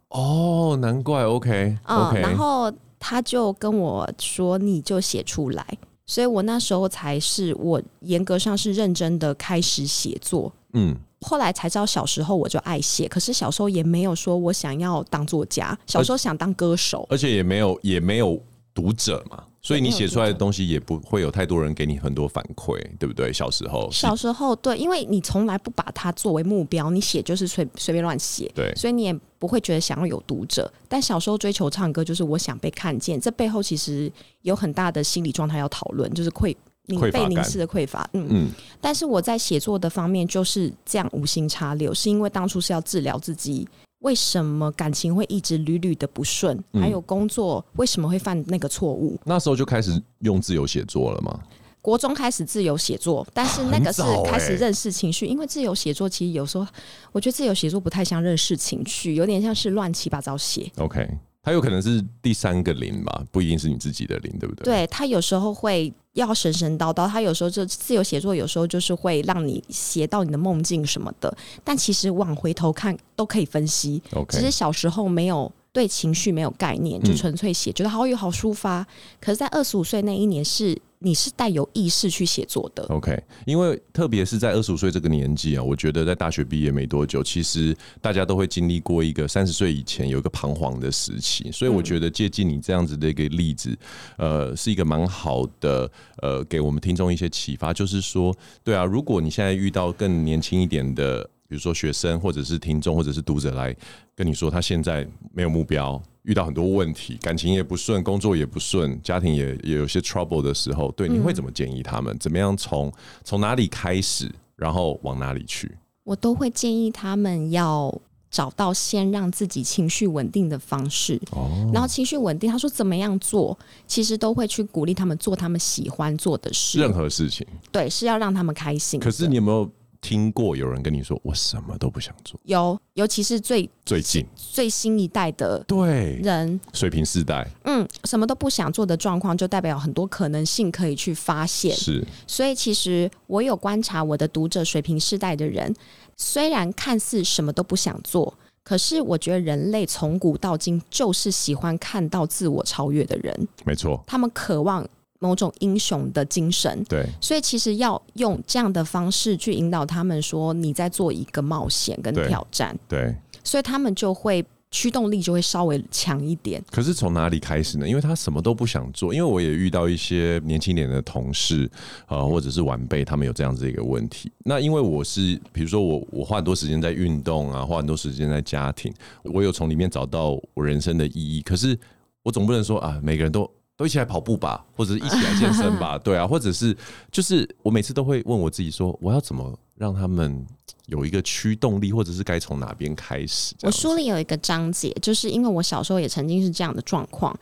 [SPEAKER 2] 哦，难怪 OK，OK，、
[SPEAKER 1] 嗯然后他就跟我说，你就写出来。所以我那时候才是我严格上是认真的开始写作。
[SPEAKER 2] 嗯，
[SPEAKER 1] 后来才知道，小时候我就爱写，可是小时候也没有说我想要当作家，小
[SPEAKER 2] 呃
[SPEAKER 1] 时候想当歌手。
[SPEAKER 2] 而且也没有也没有读者嘛，所以你写出来的东西也不会有太多人给你很多反馈，对不对？小时候，
[SPEAKER 1] 小时候对，因为你从来不把它作为目标，你写就是随随便乱写，
[SPEAKER 2] 对
[SPEAKER 1] 所以你也不会觉得想要有读者。但小时候追求唱歌，就是我想被看见，这背后其实有很大的心理状态要讨论，就是匮凝
[SPEAKER 2] 匮
[SPEAKER 1] 被
[SPEAKER 2] 乏感
[SPEAKER 1] 凝视的匮乏。嗯，
[SPEAKER 2] 嗯，
[SPEAKER 1] 但是我在写作的方面就是这样无心插柳，是因为当初是要治疗自己为什么感情会一直屡屡的不顺，
[SPEAKER 2] 嗯
[SPEAKER 1] 还有工作为什么会犯那个错误。
[SPEAKER 2] 那时候就开始用自由写作了嘛。
[SPEAKER 1] 国中开始自由写作，但是那个是
[SPEAKER 2] 很早欸
[SPEAKER 1] 开始认识情绪，因为自由写作其实有时候，我觉得自由写作不太像认识情绪，有点像是乱七八糟写。
[SPEAKER 2] OK，它有可能是第三个零吧，不一定是你自己的零，对不对？
[SPEAKER 1] 对他有时候会要神神叨叨，他有时候就自由写作，有时候就是会让你写到你的梦境什么的。但其实往回头看都可以分析，只是
[SPEAKER 2] ，OK，嗯
[SPEAKER 1] 小时候没有对情绪没有概念，就纯粹写，觉得好有好抒发。可是，在二十五岁那一年是，你是带有意识去写作的，
[SPEAKER 2] OK，因为特别是在二十五岁这个年纪啊，我觉得在大学毕业没多久，其实大家都会经历过一个三十岁以前有一个彷徨的时期，所以我觉得借鉴你这样子的一个例子，呃，是一个蛮好的，呃，给我们听众一些启发，就是说，对啊，如果你现在遇到更年轻一点的，比如说学生或者是听众或者是读者来跟你说，他现在没有目标。遇到很多问题，感情也不顺，工作也不顺，家庭也也有些 trouble 的时候，对，你会怎么建议他们？怎么样从从哪里开始，然后往哪里去？
[SPEAKER 1] 我都会建议他们要找到先让自己情绪稳定的方式。
[SPEAKER 2] 哦，
[SPEAKER 1] 然后情绪稳定，他说怎么样做，其实都会去鼓励他们做他们喜欢做的事
[SPEAKER 2] 任。何事情。
[SPEAKER 1] 对，是要让他们开心的。
[SPEAKER 2] 可是你有没有听过有人跟你说我什么都不想做？
[SPEAKER 1] 有，尤其是最
[SPEAKER 2] 最近
[SPEAKER 1] 最新一代的
[SPEAKER 2] 对
[SPEAKER 1] 人，
[SPEAKER 2] 水平世代
[SPEAKER 1] 嗯，什么都不想做的状况，就代表很多可能性可以去发现。
[SPEAKER 2] 是
[SPEAKER 1] 所以其实我有观察我的读者水平世代的人，虽然看似什么都不想做，可是我觉得人类从古到今就是喜欢看到自我超越的人，
[SPEAKER 2] 没错，
[SPEAKER 1] 他们渴望某种英雄的精神。
[SPEAKER 2] 对，
[SPEAKER 1] 所以其实要用这样的方式去引导他们说你在做一个冒险跟
[SPEAKER 2] 对
[SPEAKER 1] 挑战，
[SPEAKER 2] 对，
[SPEAKER 1] 所以他们就会驱动力就会稍微强一点。
[SPEAKER 2] 可是从哪里开始呢？因为他什么都不想做，因为我也遇到一些年轻一点的同事，呃，或者是晚辈，他们有这样子一个问题。那因为我是，比如说我我花很多时间在运动啊，花很多时间在家庭，我有从里面找到我人生的意义。可是我总不能说啊，每个人都。都一起来跑步吧，或者是一起来健身 吧，对啊，或者是就是我每次都会问我自己说，我要怎么让他们有一个驱动力，或者是该从哪边开始？这
[SPEAKER 1] 我
[SPEAKER 2] 样子
[SPEAKER 1] 书里有一个章节，就是因为我小时候也曾经是这样的状况。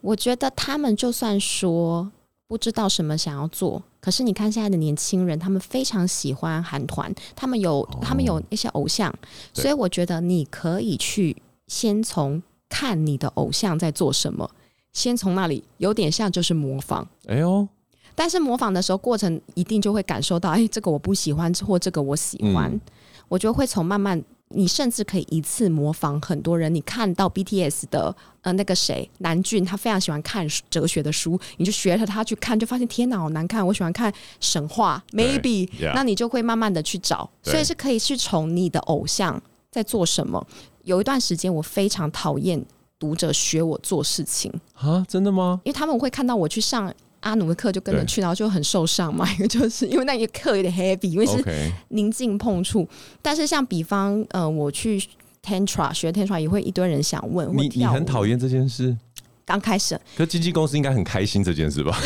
[SPEAKER 1] 我觉得他们就算说不知道什么想要做，可是你看现在的年轻人，他们非常喜欢韩团，他们有他们有一些偶像，
[SPEAKER 2] 哦对
[SPEAKER 1] 所以我觉得你可以去先从看你的偶像在做什么，先从那里有点像就是模仿。
[SPEAKER 2] 哎呦，
[SPEAKER 1] 但是模仿的时候，过程一定就会感受到，哎，这个我不喜欢，或这个我喜欢。
[SPEAKER 2] 嗯
[SPEAKER 1] 我觉得会从慢慢，你甚至可以一次模仿很多人。你看到 BTS 的呃那个谁南俊，他非常喜欢看哲学的书，你就学着他去看，就发现天哪，好难看！我喜欢看神话
[SPEAKER 2] 对
[SPEAKER 1] ，maybe，
[SPEAKER 2] yeah
[SPEAKER 1] 那你就会慢慢的去找，
[SPEAKER 2] 对
[SPEAKER 1] 所以是可以去从你的偶像在做什么。有一段时间，我非常讨厌读者学我做事情。
[SPEAKER 2] 啊，真的吗？
[SPEAKER 1] 因为他们会看到我去上阿努的课，就跟着
[SPEAKER 2] 对
[SPEAKER 1] 去，然后就很受伤嘛。 一个就是因为那一个课有点 heavy，因为是
[SPEAKER 2] OK，
[SPEAKER 1] 临近碰触。但是像比方，呃，我去 tantra 学 tantra 也会一堆人想问
[SPEAKER 2] 你
[SPEAKER 1] 我
[SPEAKER 2] 你
[SPEAKER 1] 跳舞，
[SPEAKER 2] 很讨厌这件事，
[SPEAKER 1] 刚开始
[SPEAKER 2] 可经纪公司应该很开心这件事吧？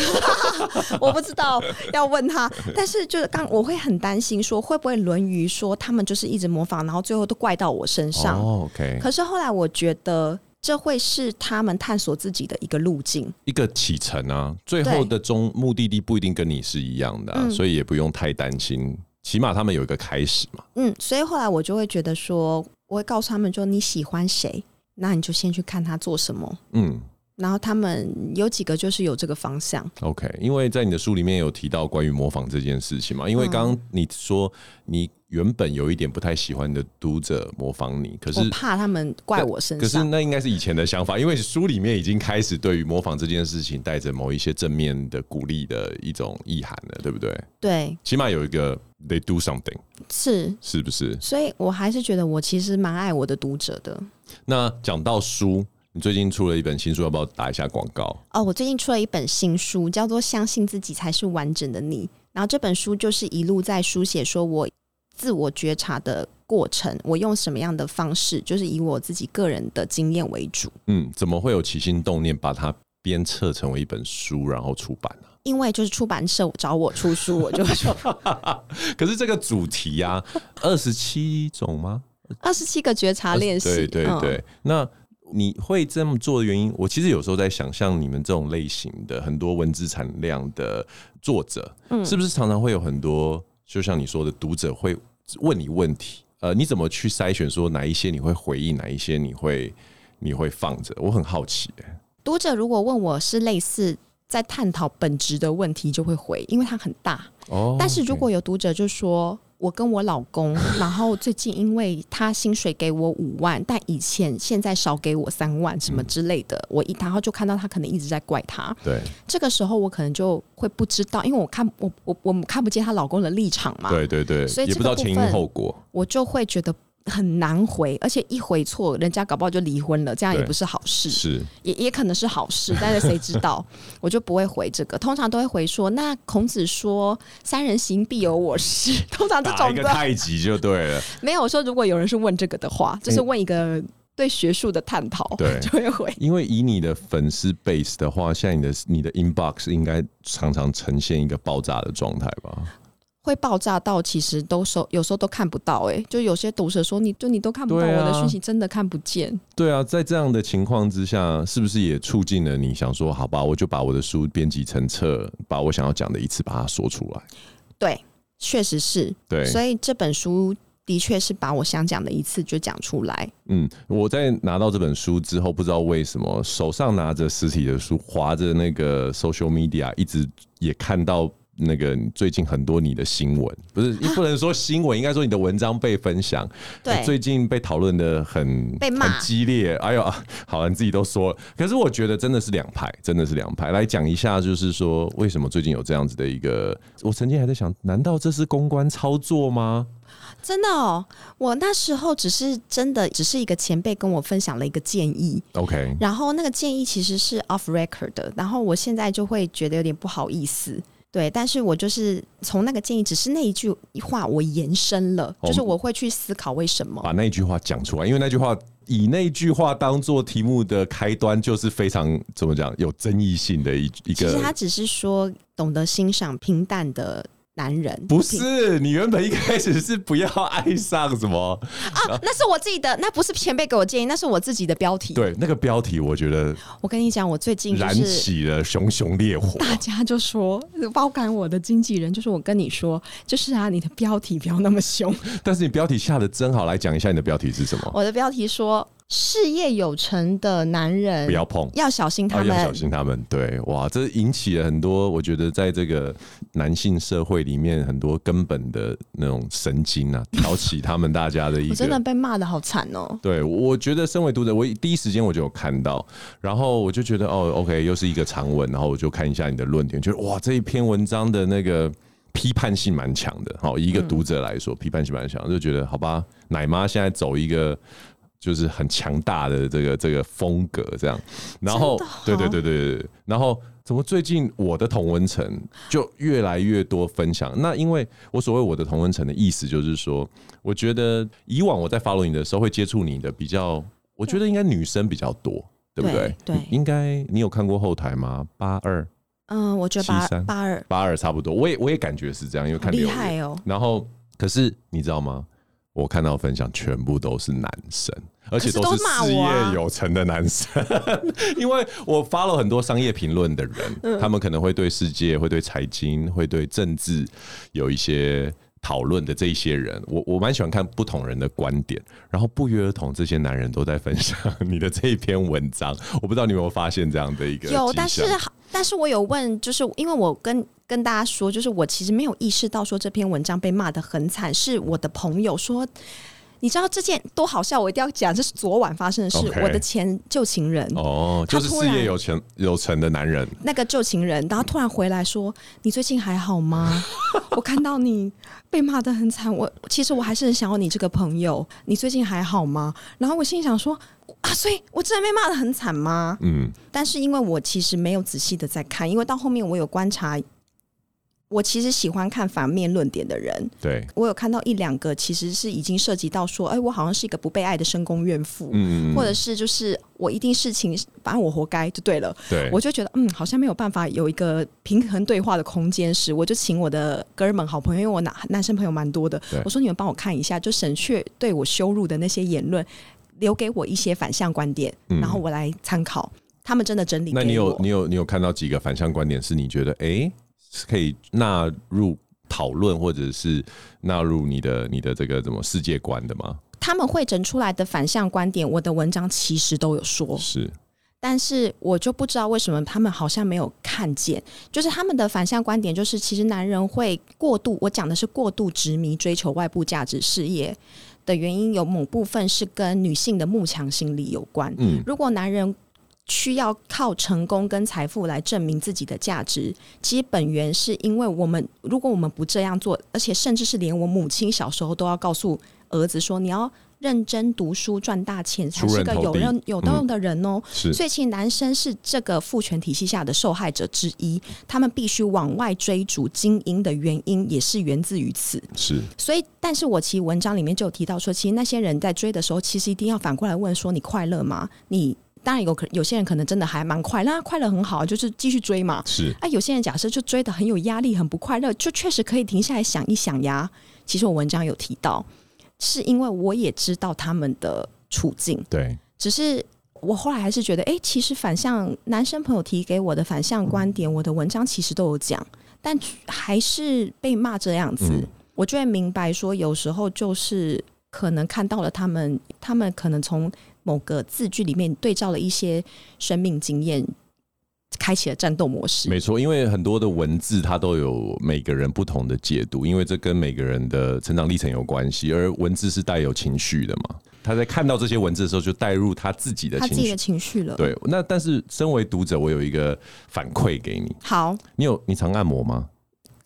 [SPEAKER 1] 我不知 道要问他，但是就是刚我会很担心说会不会沦于说他们就是一直模仿，然后最后都怪到我身上。
[SPEAKER 2] 哦、OK，
[SPEAKER 1] 可是后来我觉得这会是他们探索自己的一个路径。
[SPEAKER 2] 一个启程啊，最后的终目的地不一定跟你是一样的、啊，
[SPEAKER 1] 嗯
[SPEAKER 2] 所以也不用太担心，起码他们有一个开始嘛。
[SPEAKER 1] 嗯，所以后来我就会觉得说，我会告诉他们说你喜欢谁，那你就先去看他做什么。
[SPEAKER 2] 嗯
[SPEAKER 1] 然后他们有几个就是有这个方向，
[SPEAKER 2] ，OK，因为在你的书里面有提到关于模仿这件事情嘛，因为刚刚你说你原本有一点不太喜欢你的读者模仿你，可是
[SPEAKER 1] 我怕他们怪我身
[SPEAKER 2] 可是
[SPEAKER 1] 上。
[SPEAKER 2] 那应该是以前的想法，因为书里面已经开始对于模仿这件事情带着某一些正面的鼓励的一种意涵了，对不对？
[SPEAKER 1] 对，
[SPEAKER 2] 起码有一个 they do something，
[SPEAKER 1] 是，
[SPEAKER 2] 是不是？
[SPEAKER 1] 所以我还是觉得我其实蛮爱我的读者的。
[SPEAKER 2] 那讲到书，你最近出了一本新书，要不要打一下广告？
[SPEAKER 1] 哦，我最近出了一本新书，叫做《相信自己才是完整的你》。然后这本书就是一路在书写，说我自我觉察的过程，我用什么样的方式，就是以我自己个人的经验为主。
[SPEAKER 2] 嗯，怎么会有起心动念把它鞭策成为一本书，然后出版呢、
[SPEAKER 1] 因为就是出版社找我出书，我就说
[SPEAKER 2] 啊 可是这个主题啊，二十七种吗？
[SPEAKER 1] 二十七个觉察练习，
[SPEAKER 2] 呃对对
[SPEAKER 1] 嗯
[SPEAKER 2] 对，那。你会这么做的原因，我其实有时候在想象你们这种类型的很多文字产量的作者，
[SPEAKER 1] 嗯
[SPEAKER 2] 是不是常常会有很多，就像你说的，读者会问你问题，呃，你怎么去筛选说哪一些你会回应，哪一些你会你会放着？我很好奇、欸，
[SPEAKER 1] 读者如果问我是类似在探讨本质的问题，就会回，因为它很大。
[SPEAKER 2] 哦
[SPEAKER 1] 但是如果有读者就说。我跟我老 公，然后最近因为他薪水给我五万，但以前现在少给我三万什
[SPEAKER 2] 嗯
[SPEAKER 1] 么之类的，我一然后就看到他可能一直在怪他，
[SPEAKER 2] 对
[SPEAKER 1] 这个时候我可能就会不知道，因为我看我我我们看不见她老公的立场嘛，
[SPEAKER 2] 对对对，
[SPEAKER 1] 所以
[SPEAKER 2] 也
[SPEAKER 1] 这
[SPEAKER 2] 不
[SPEAKER 1] 个
[SPEAKER 2] 知道前
[SPEAKER 1] 部
[SPEAKER 2] 因
[SPEAKER 1] 分
[SPEAKER 2] 后果，
[SPEAKER 1] 我就会觉得很难回，而且一回错，人家搞不好就离婚了，这样也
[SPEAKER 2] 对
[SPEAKER 1] 不是好事，
[SPEAKER 2] 是
[SPEAKER 1] 也也可能是好事，但是谁知道？我就不会回这个，通常都会回说，那孔子说“三人行，必有我师”， 通常这
[SPEAKER 2] 打
[SPEAKER 1] 种
[SPEAKER 2] 一个
[SPEAKER 1] 的
[SPEAKER 2] 太极就对了。
[SPEAKER 1] 没有我说，如果有人是问这个的话，就是问一个。对学术的探讨，
[SPEAKER 2] 嗯对
[SPEAKER 1] 就会回。
[SPEAKER 2] 因为以你的粉丝 base 的话，现在你的你的 inbox 应该常常呈现一个爆炸的状态吧？
[SPEAKER 1] 会爆炸到，其实都收，有时候都看不到、欸。哎，就有些读者说，你就你都看不到
[SPEAKER 2] 对
[SPEAKER 1] 我
[SPEAKER 2] 啊
[SPEAKER 1] 的讯息，真的看不见。
[SPEAKER 2] 对啊，在这样的情况之下，是不是也促进了你想说，好吧，我就把我的书编辑成册，把我想要讲的一次把它说出来？
[SPEAKER 1] 对，确实是。
[SPEAKER 2] 对，
[SPEAKER 1] 所以这本书的确是把我想讲的一次就讲出来。
[SPEAKER 2] 嗯，我在拿到这本书之后，不知道为什么手上拿着实体的书，划着那个 social media，一直也看到那个最近很多你的新闻，不是不能说新闻，应该说你的文章被分享，哎
[SPEAKER 1] 对
[SPEAKER 2] 最近被讨论的很
[SPEAKER 1] 被骂
[SPEAKER 2] 很激烈。哎呦， 啊好了，你自己都说了，可是我觉得真的是两派，真的是两派。来讲一下，就是说为什么最近有这样子的一个，我曾经还在想，难道这是公关操作吗？
[SPEAKER 1] 真的哦，我那时候只是真的只是一个前辈跟我分享了一个建议，
[SPEAKER 2] OK，
[SPEAKER 1] 然后那个建议其实是 off record 的，然后我现在就会觉得有点不好意思。对，但是我就是从那个建议，只是那一句话我延伸了，
[SPEAKER 2] 哦
[SPEAKER 1] 就是我会去思考为什么。
[SPEAKER 2] 把那句话讲出来，因为那句话以那句话当做题目的开端，就是非常怎么讲有争议性的一一
[SPEAKER 1] 其实他
[SPEAKER 2] 个。
[SPEAKER 1] 只是说懂得欣赏平淡的男人，
[SPEAKER 2] 不
[SPEAKER 1] 平
[SPEAKER 2] 是，啊你原本一开始是不要爱上什么？
[SPEAKER 1] 啊？那是我自己的，那不是前辈给我建议，那是我自己的标题。
[SPEAKER 2] 对，那个标题我觉得
[SPEAKER 1] 我跟你讲，我最近就
[SPEAKER 2] 燃
[SPEAKER 1] 是
[SPEAKER 2] 起了熊熊烈火。
[SPEAKER 1] 大家就说，包含我的经纪人，就是我跟你说，就是啊，你的标题不要那么凶。
[SPEAKER 2] 但是你标题下的真好，来讲一下你的标题是什 么？
[SPEAKER 1] 我的标题说，事业有成的男人
[SPEAKER 2] 不要碰。
[SPEAKER 1] 要小心他
[SPEAKER 2] 啊，
[SPEAKER 1] 们。
[SPEAKER 2] 要小心他们。对，哇，这引起了很多，我觉得在这个男性社会里面，很多根本的那种神经啊，挑起他们大家的一
[SPEAKER 1] 我
[SPEAKER 2] 个
[SPEAKER 1] 真的被骂的好惨哦。
[SPEAKER 2] 对，我觉得身为读者，我第一时间我就有看到，然后我就觉得哦，OK，又是一个长文，然后我就看一下你的论点，觉得哇，这一篇文章的那个批判性蛮强的。好，以一个读者来
[SPEAKER 1] 嗯
[SPEAKER 2] 说，批判性蛮强，就觉得好吧，奶妈现在走一个。就是很强大的这个这个风格这样，然后
[SPEAKER 1] 真的哦
[SPEAKER 2] 对对对对对对，然后怎么最近我的同温层就越来越多分享？那因为我所谓我的同温层的意思就是说，我觉得以往我在 follow 你的时候会接触你的比较，我觉得应该女生比较多，对不对？
[SPEAKER 1] 对对
[SPEAKER 2] 你应该你有看过后台吗？八二
[SPEAKER 1] 嗯，我觉得八
[SPEAKER 2] 73
[SPEAKER 1] 八二
[SPEAKER 2] 八二差不多，我也我也感觉是这样，因为
[SPEAKER 1] 好
[SPEAKER 2] 看
[SPEAKER 1] 厉
[SPEAKER 2] 留言
[SPEAKER 1] 害哦。
[SPEAKER 2] 然后，可是你知道吗？我看到分享全部都是男生，而
[SPEAKER 1] 可
[SPEAKER 2] 且是
[SPEAKER 1] 是都骂
[SPEAKER 2] 事
[SPEAKER 1] 我啊
[SPEAKER 2] 业有成的男生。 因为我发了很多商业评论的人，
[SPEAKER 1] 嗯
[SPEAKER 2] 他们可能会对世界、会对财经、会对政治有一些讨论的这一些人，我我蛮喜欢看不同人的观点。然后不约而同，这些男人都在分享你的这一篇文章。我不知道你有没有发现这样的一个
[SPEAKER 1] 有，
[SPEAKER 2] 迹
[SPEAKER 1] 但是
[SPEAKER 2] 象
[SPEAKER 1] 但是我有问，就是因为我跟跟大家说，就是我其实没有意识到说这篇文章被骂的很惨，是我的朋友说。你知道这件多好笑，我一定要讲，这是昨晚发生的事。
[SPEAKER 2] OK
[SPEAKER 1] 我的前旧情人，
[SPEAKER 2] 哦，
[SPEAKER 1] 他
[SPEAKER 2] 就是
[SPEAKER 1] 突
[SPEAKER 2] 事业
[SPEAKER 1] 然
[SPEAKER 2] 有成有成的男人。
[SPEAKER 1] 那个旧情人，然后突然回来说：“你最近还好吗？我看到你被骂的很惨，我其实我还是很想要你这个朋友。你最近还好吗？”然后我心里想说：“啊，所以我真的被骂的很惨吗？”
[SPEAKER 2] 嗯，
[SPEAKER 1] 但是因为我其实没有仔细的在看，因为到后面我有观察，我其实喜欢看反面论点的人，
[SPEAKER 2] 对，
[SPEAKER 1] 我有看到一两个其实是已经涉及到说，哎、我好像是一个不被爱的深宫怨妇。
[SPEAKER 2] 嗯，
[SPEAKER 1] 或者是就是我一定事情，反正我活该就对了。
[SPEAKER 2] 对，
[SPEAKER 1] 我就觉得嗯，好像没有办法有一个平衡对话的空间时，我就请我的哥们好朋友，因为我男男生朋友蛮多的
[SPEAKER 2] 对，
[SPEAKER 1] 我说你们帮我看一下，就省去对我羞辱的那些言论，留给我一些反向观点，
[SPEAKER 2] 嗯
[SPEAKER 1] 然后我来参考。他们真的整理给
[SPEAKER 2] 那
[SPEAKER 1] 我，
[SPEAKER 2] 你有你有你有看到几个反向观点是你觉得诶是可以纳入讨论，或者是纳入你的你的这个怎么世界观的吗？
[SPEAKER 1] 他们会整出来的反向观点，我的文章其实都有说，
[SPEAKER 2] 是
[SPEAKER 1] 但是我就不知道为什么他们好像没有看见，就是他们的反向观点就是，其实男人会过度，我讲的是过度执迷追求外部价值、事业的原因，有某部分是跟女性的慕强心理有关。
[SPEAKER 2] 嗯
[SPEAKER 1] 如果男人需要靠成功跟财富来证明自己的价值，其实本源是因为我们，如果我们不这样做，而且甚至是连我母亲小时候都要告诉儿子说，你要认真读书赚大钱，才
[SPEAKER 2] 出
[SPEAKER 1] 是
[SPEAKER 2] 人
[SPEAKER 1] 个
[SPEAKER 2] 头
[SPEAKER 1] 有
[SPEAKER 2] 地
[SPEAKER 1] 用有
[SPEAKER 2] 嗯
[SPEAKER 1] 用的人哦。
[SPEAKER 2] 是
[SPEAKER 1] 所以其实男生是这个父权体系下的受害者之一，他们必须往外追逐精英的原因也是源自于此。
[SPEAKER 2] 是
[SPEAKER 1] 所以，但是我其实文章里面就有提到说，其实那些人在追的时候，其实一定要反过来问说：你快乐吗？你当然有可有些人可能真的还蛮快乐，那啊他快乐很好，就是继续追嘛。
[SPEAKER 2] 是
[SPEAKER 1] 啊，有些人假设就追的很有压力，很不快乐，就确实可以停下来想一想呀。其实我文章有提到，是因为我也知道他们的处境，
[SPEAKER 2] 对，
[SPEAKER 1] 只是我后来还是觉得，哎、其实反向男生朋友提给我的反向观点，我的文章其实都有讲，但还是被骂这样子，
[SPEAKER 2] 嗯
[SPEAKER 1] 我就会明白说，有时候就是可能看到了他们，他们可能从某个字句里面对照了一些生命经验，开启了战斗模式。
[SPEAKER 2] 没错，因为很多的文字它都有每个人不同的解读，因为这跟每个人的成长历程有关系，而文字是带有情绪的嘛。他在看到这些文字的时候，就带入他自己的
[SPEAKER 1] 他自
[SPEAKER 2] 情
[SPEAKER 1] 己的
[SPEAKER 2] 绪。
[SPEAKER 1] 情绪了。
[SPEAKER 2] 对，那但是身为读者，我有一个反馈给你，
[SPEAKER 1] 好，
[SPEAKER 2] 你有你常按摩吗？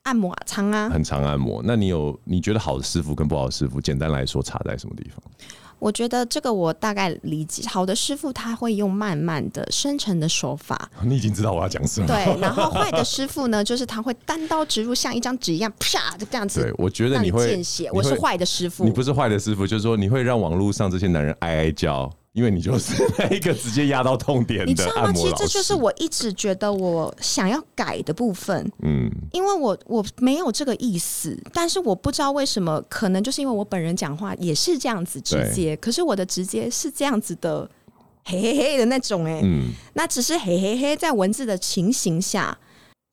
[SPEAKER 1] 按摩仓啊，
[SPEAKER 2] 很常按摩，那你有你觉得好的师傅跟不好的师傅，简单来说差在什么地方？
[SPEAKER 1] 我觉得这个我大概理解。好的师傅他会用慢慢的、深沉的手法，
[SPEAKER 2] 你已经知道我要讲什 么。
[SPEAKER 1] 对，然后坏的师傅呢，就是他会单刀直入，像一张纸一样，啪就这样
[SPEAKER 2] 对
[SPEAKER 1] 子，，
[SPEAKER 2] 我觉得
[SPEAKER 1] 让
[SPEAKER 2] 你
[SPEAKER 1] 你
[SPEAKER 2] 会
[SPEAKER 1] 见血。我
[SPEAKER 2] 你
[SPEAKER 1] 是
[SPEAKER 2] 会
[SPEAKER 1] 坏的师傅，
[SPEAKER 2] 你不是坏的师傅，就是说你会让网络上这些男人哀哀叫，因为你就是那一个直接压到痛点
[SPEAKER 1] 你知
[SPEAKER 2] 的
[SPEAKER 1] 道
[SPEAKER 2] 按
[SPEAKER 1] 吗？
[SPEAKER 2] 摩
[SPEAKER 1] 其实
[SPEAKER 2] 老师。
[SPEAKER 1] 这就是我一直觉得我想要改的部分，
[SPEAKER 2] 嗯，
[SPEAKER 1] 因为我我没有这个意思，但是我不知道为什么，可能就是因为我本人讲话也是这样子直接，可是我的直接是这样子的，嘿嘿嘿的那种、欸，哎、
[SPEAKER 2] 嗯
[SPEAKER 1] 那只是嘿嘿嘿，在文字的情形下，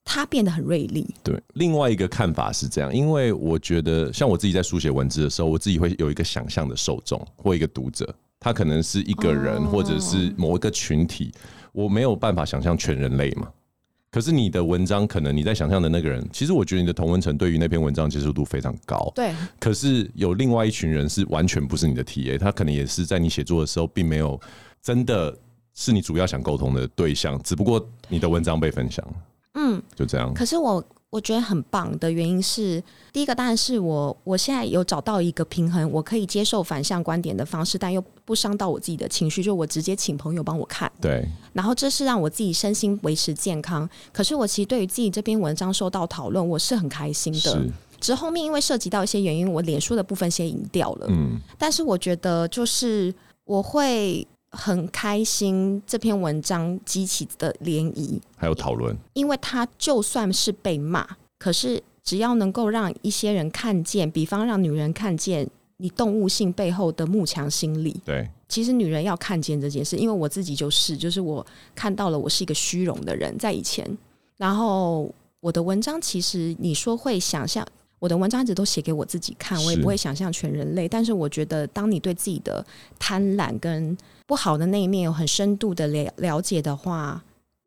[SPEAKER 1] 它变得很锐利。
[SPEAKER 2] 对。另外一个看法是这样，因为我觉得像我自己在书写文字的时候，我自己会有一个想象的受众或一个读者，他可能是一个人、
[SPEAKER 1] 哦
[SPEAKER 2] 或者是某一个群体，我没有办法想象全人类嘛。可是你的文章，可能你在想象的那个人，其实我觉得你的同文层对于那篇文章接受度非常高。
[SPEAKER 1] 对，
[SPEAKER 2] 可是有另外一群人是完全不是你的 TA，他可能也是在你写作的时候，并没有真的是你主要想沟通的对象，只不过你的文章被分享，
[SPEAKER 1] 嗯，
[SPEAKER 2] 就这样。
[SPEAKER 1] 可是我我觉得很棒的原因是，第一个当然是我我现在有找到一个平衡，我可以接受反向观点的方式，但又不伤到我自己的情绪，就我直接请朋友帮我看，
[SPEAKER 2] 对，
[SPEAKER 1] 然后这是让我自己身心维持健康。可是我其实对于自己这篇文章受到讨论，我是很开心的
[SPEAKER 2] 是。，
[SPEAKER 1] 只是后面因为涉及到一些原因，我脸书的部分先赢掉了。
[SPEAKER 2] 嗯，
[SPEAKER 1] 但是我觉得就是我会很开心这篇文章激起的涟漪，
[SPEAKER 2] 还有讨论，
[SPEAKER 1] 因为它就算是被骂，可是只要能够让一些人看见，比方让女人看见。你动物性背后的慕强心理，
[SPEAKER 2] 对，
[SPEAKER 1] 其实女人要看见这件事，因为我自己就是，就是我看到了我是一个虚荣的人，在以前，然后我的文章其实你说会想象，我的文章一直都写给我自己看，我也
[SPEAKER 2] 是
[SPEAKER 1] 不会想象全人类，但是我觉得当你对自己的贪婪跟不好的那一面有很深度的了了解的话，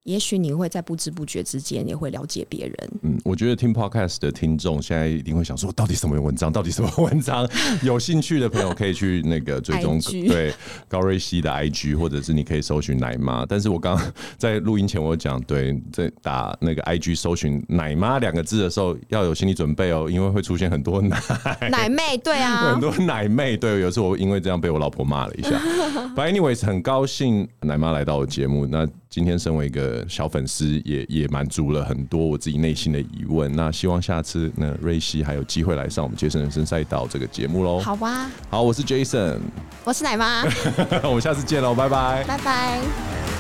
[SPEAKER 1] 也许你会在不知不觉之间也会了解别 人。
[SPEAKER 2] 嗯，我觉得听 podcast 的听众现在一定会想说，到底什么文章？到底什么文 章？有兴趣的朋友可以去那个追踪
[SPEAKER 1] IG
[SPEAKER 2] 对高瑞熙的 IG，或者是你可以搜寻奶妈。但是我刚刚在录音前我有讲，对，在打那个 IG 搜寻奶妈两个字的时候，要有心理准备哦，因为会出现很多奶、
[SPEAKER 1] 奶妹，对啊
[SPEAKER 2] 很，多奶妹。对，有时候我因为这样被我老婆骂了一下。But anyways，很高兴奶妈来到我节目。那今天身为一个小粉丝，也也满足了很多我自己内心的疑问。那希望下次呢，瑞希还有机会来上我们《杰森人生赛道》这个节目喽。
[SPEAKER 1] 好吧，
[SPEAKER 2] 好，我是 Jason，
[SPEAKER 1] 我是奶妈，
[SPEAKER 2] 我们下次见喽，拜拜。
[SPEAKER 1] 拜拜。
[SPEAKER 3] Two,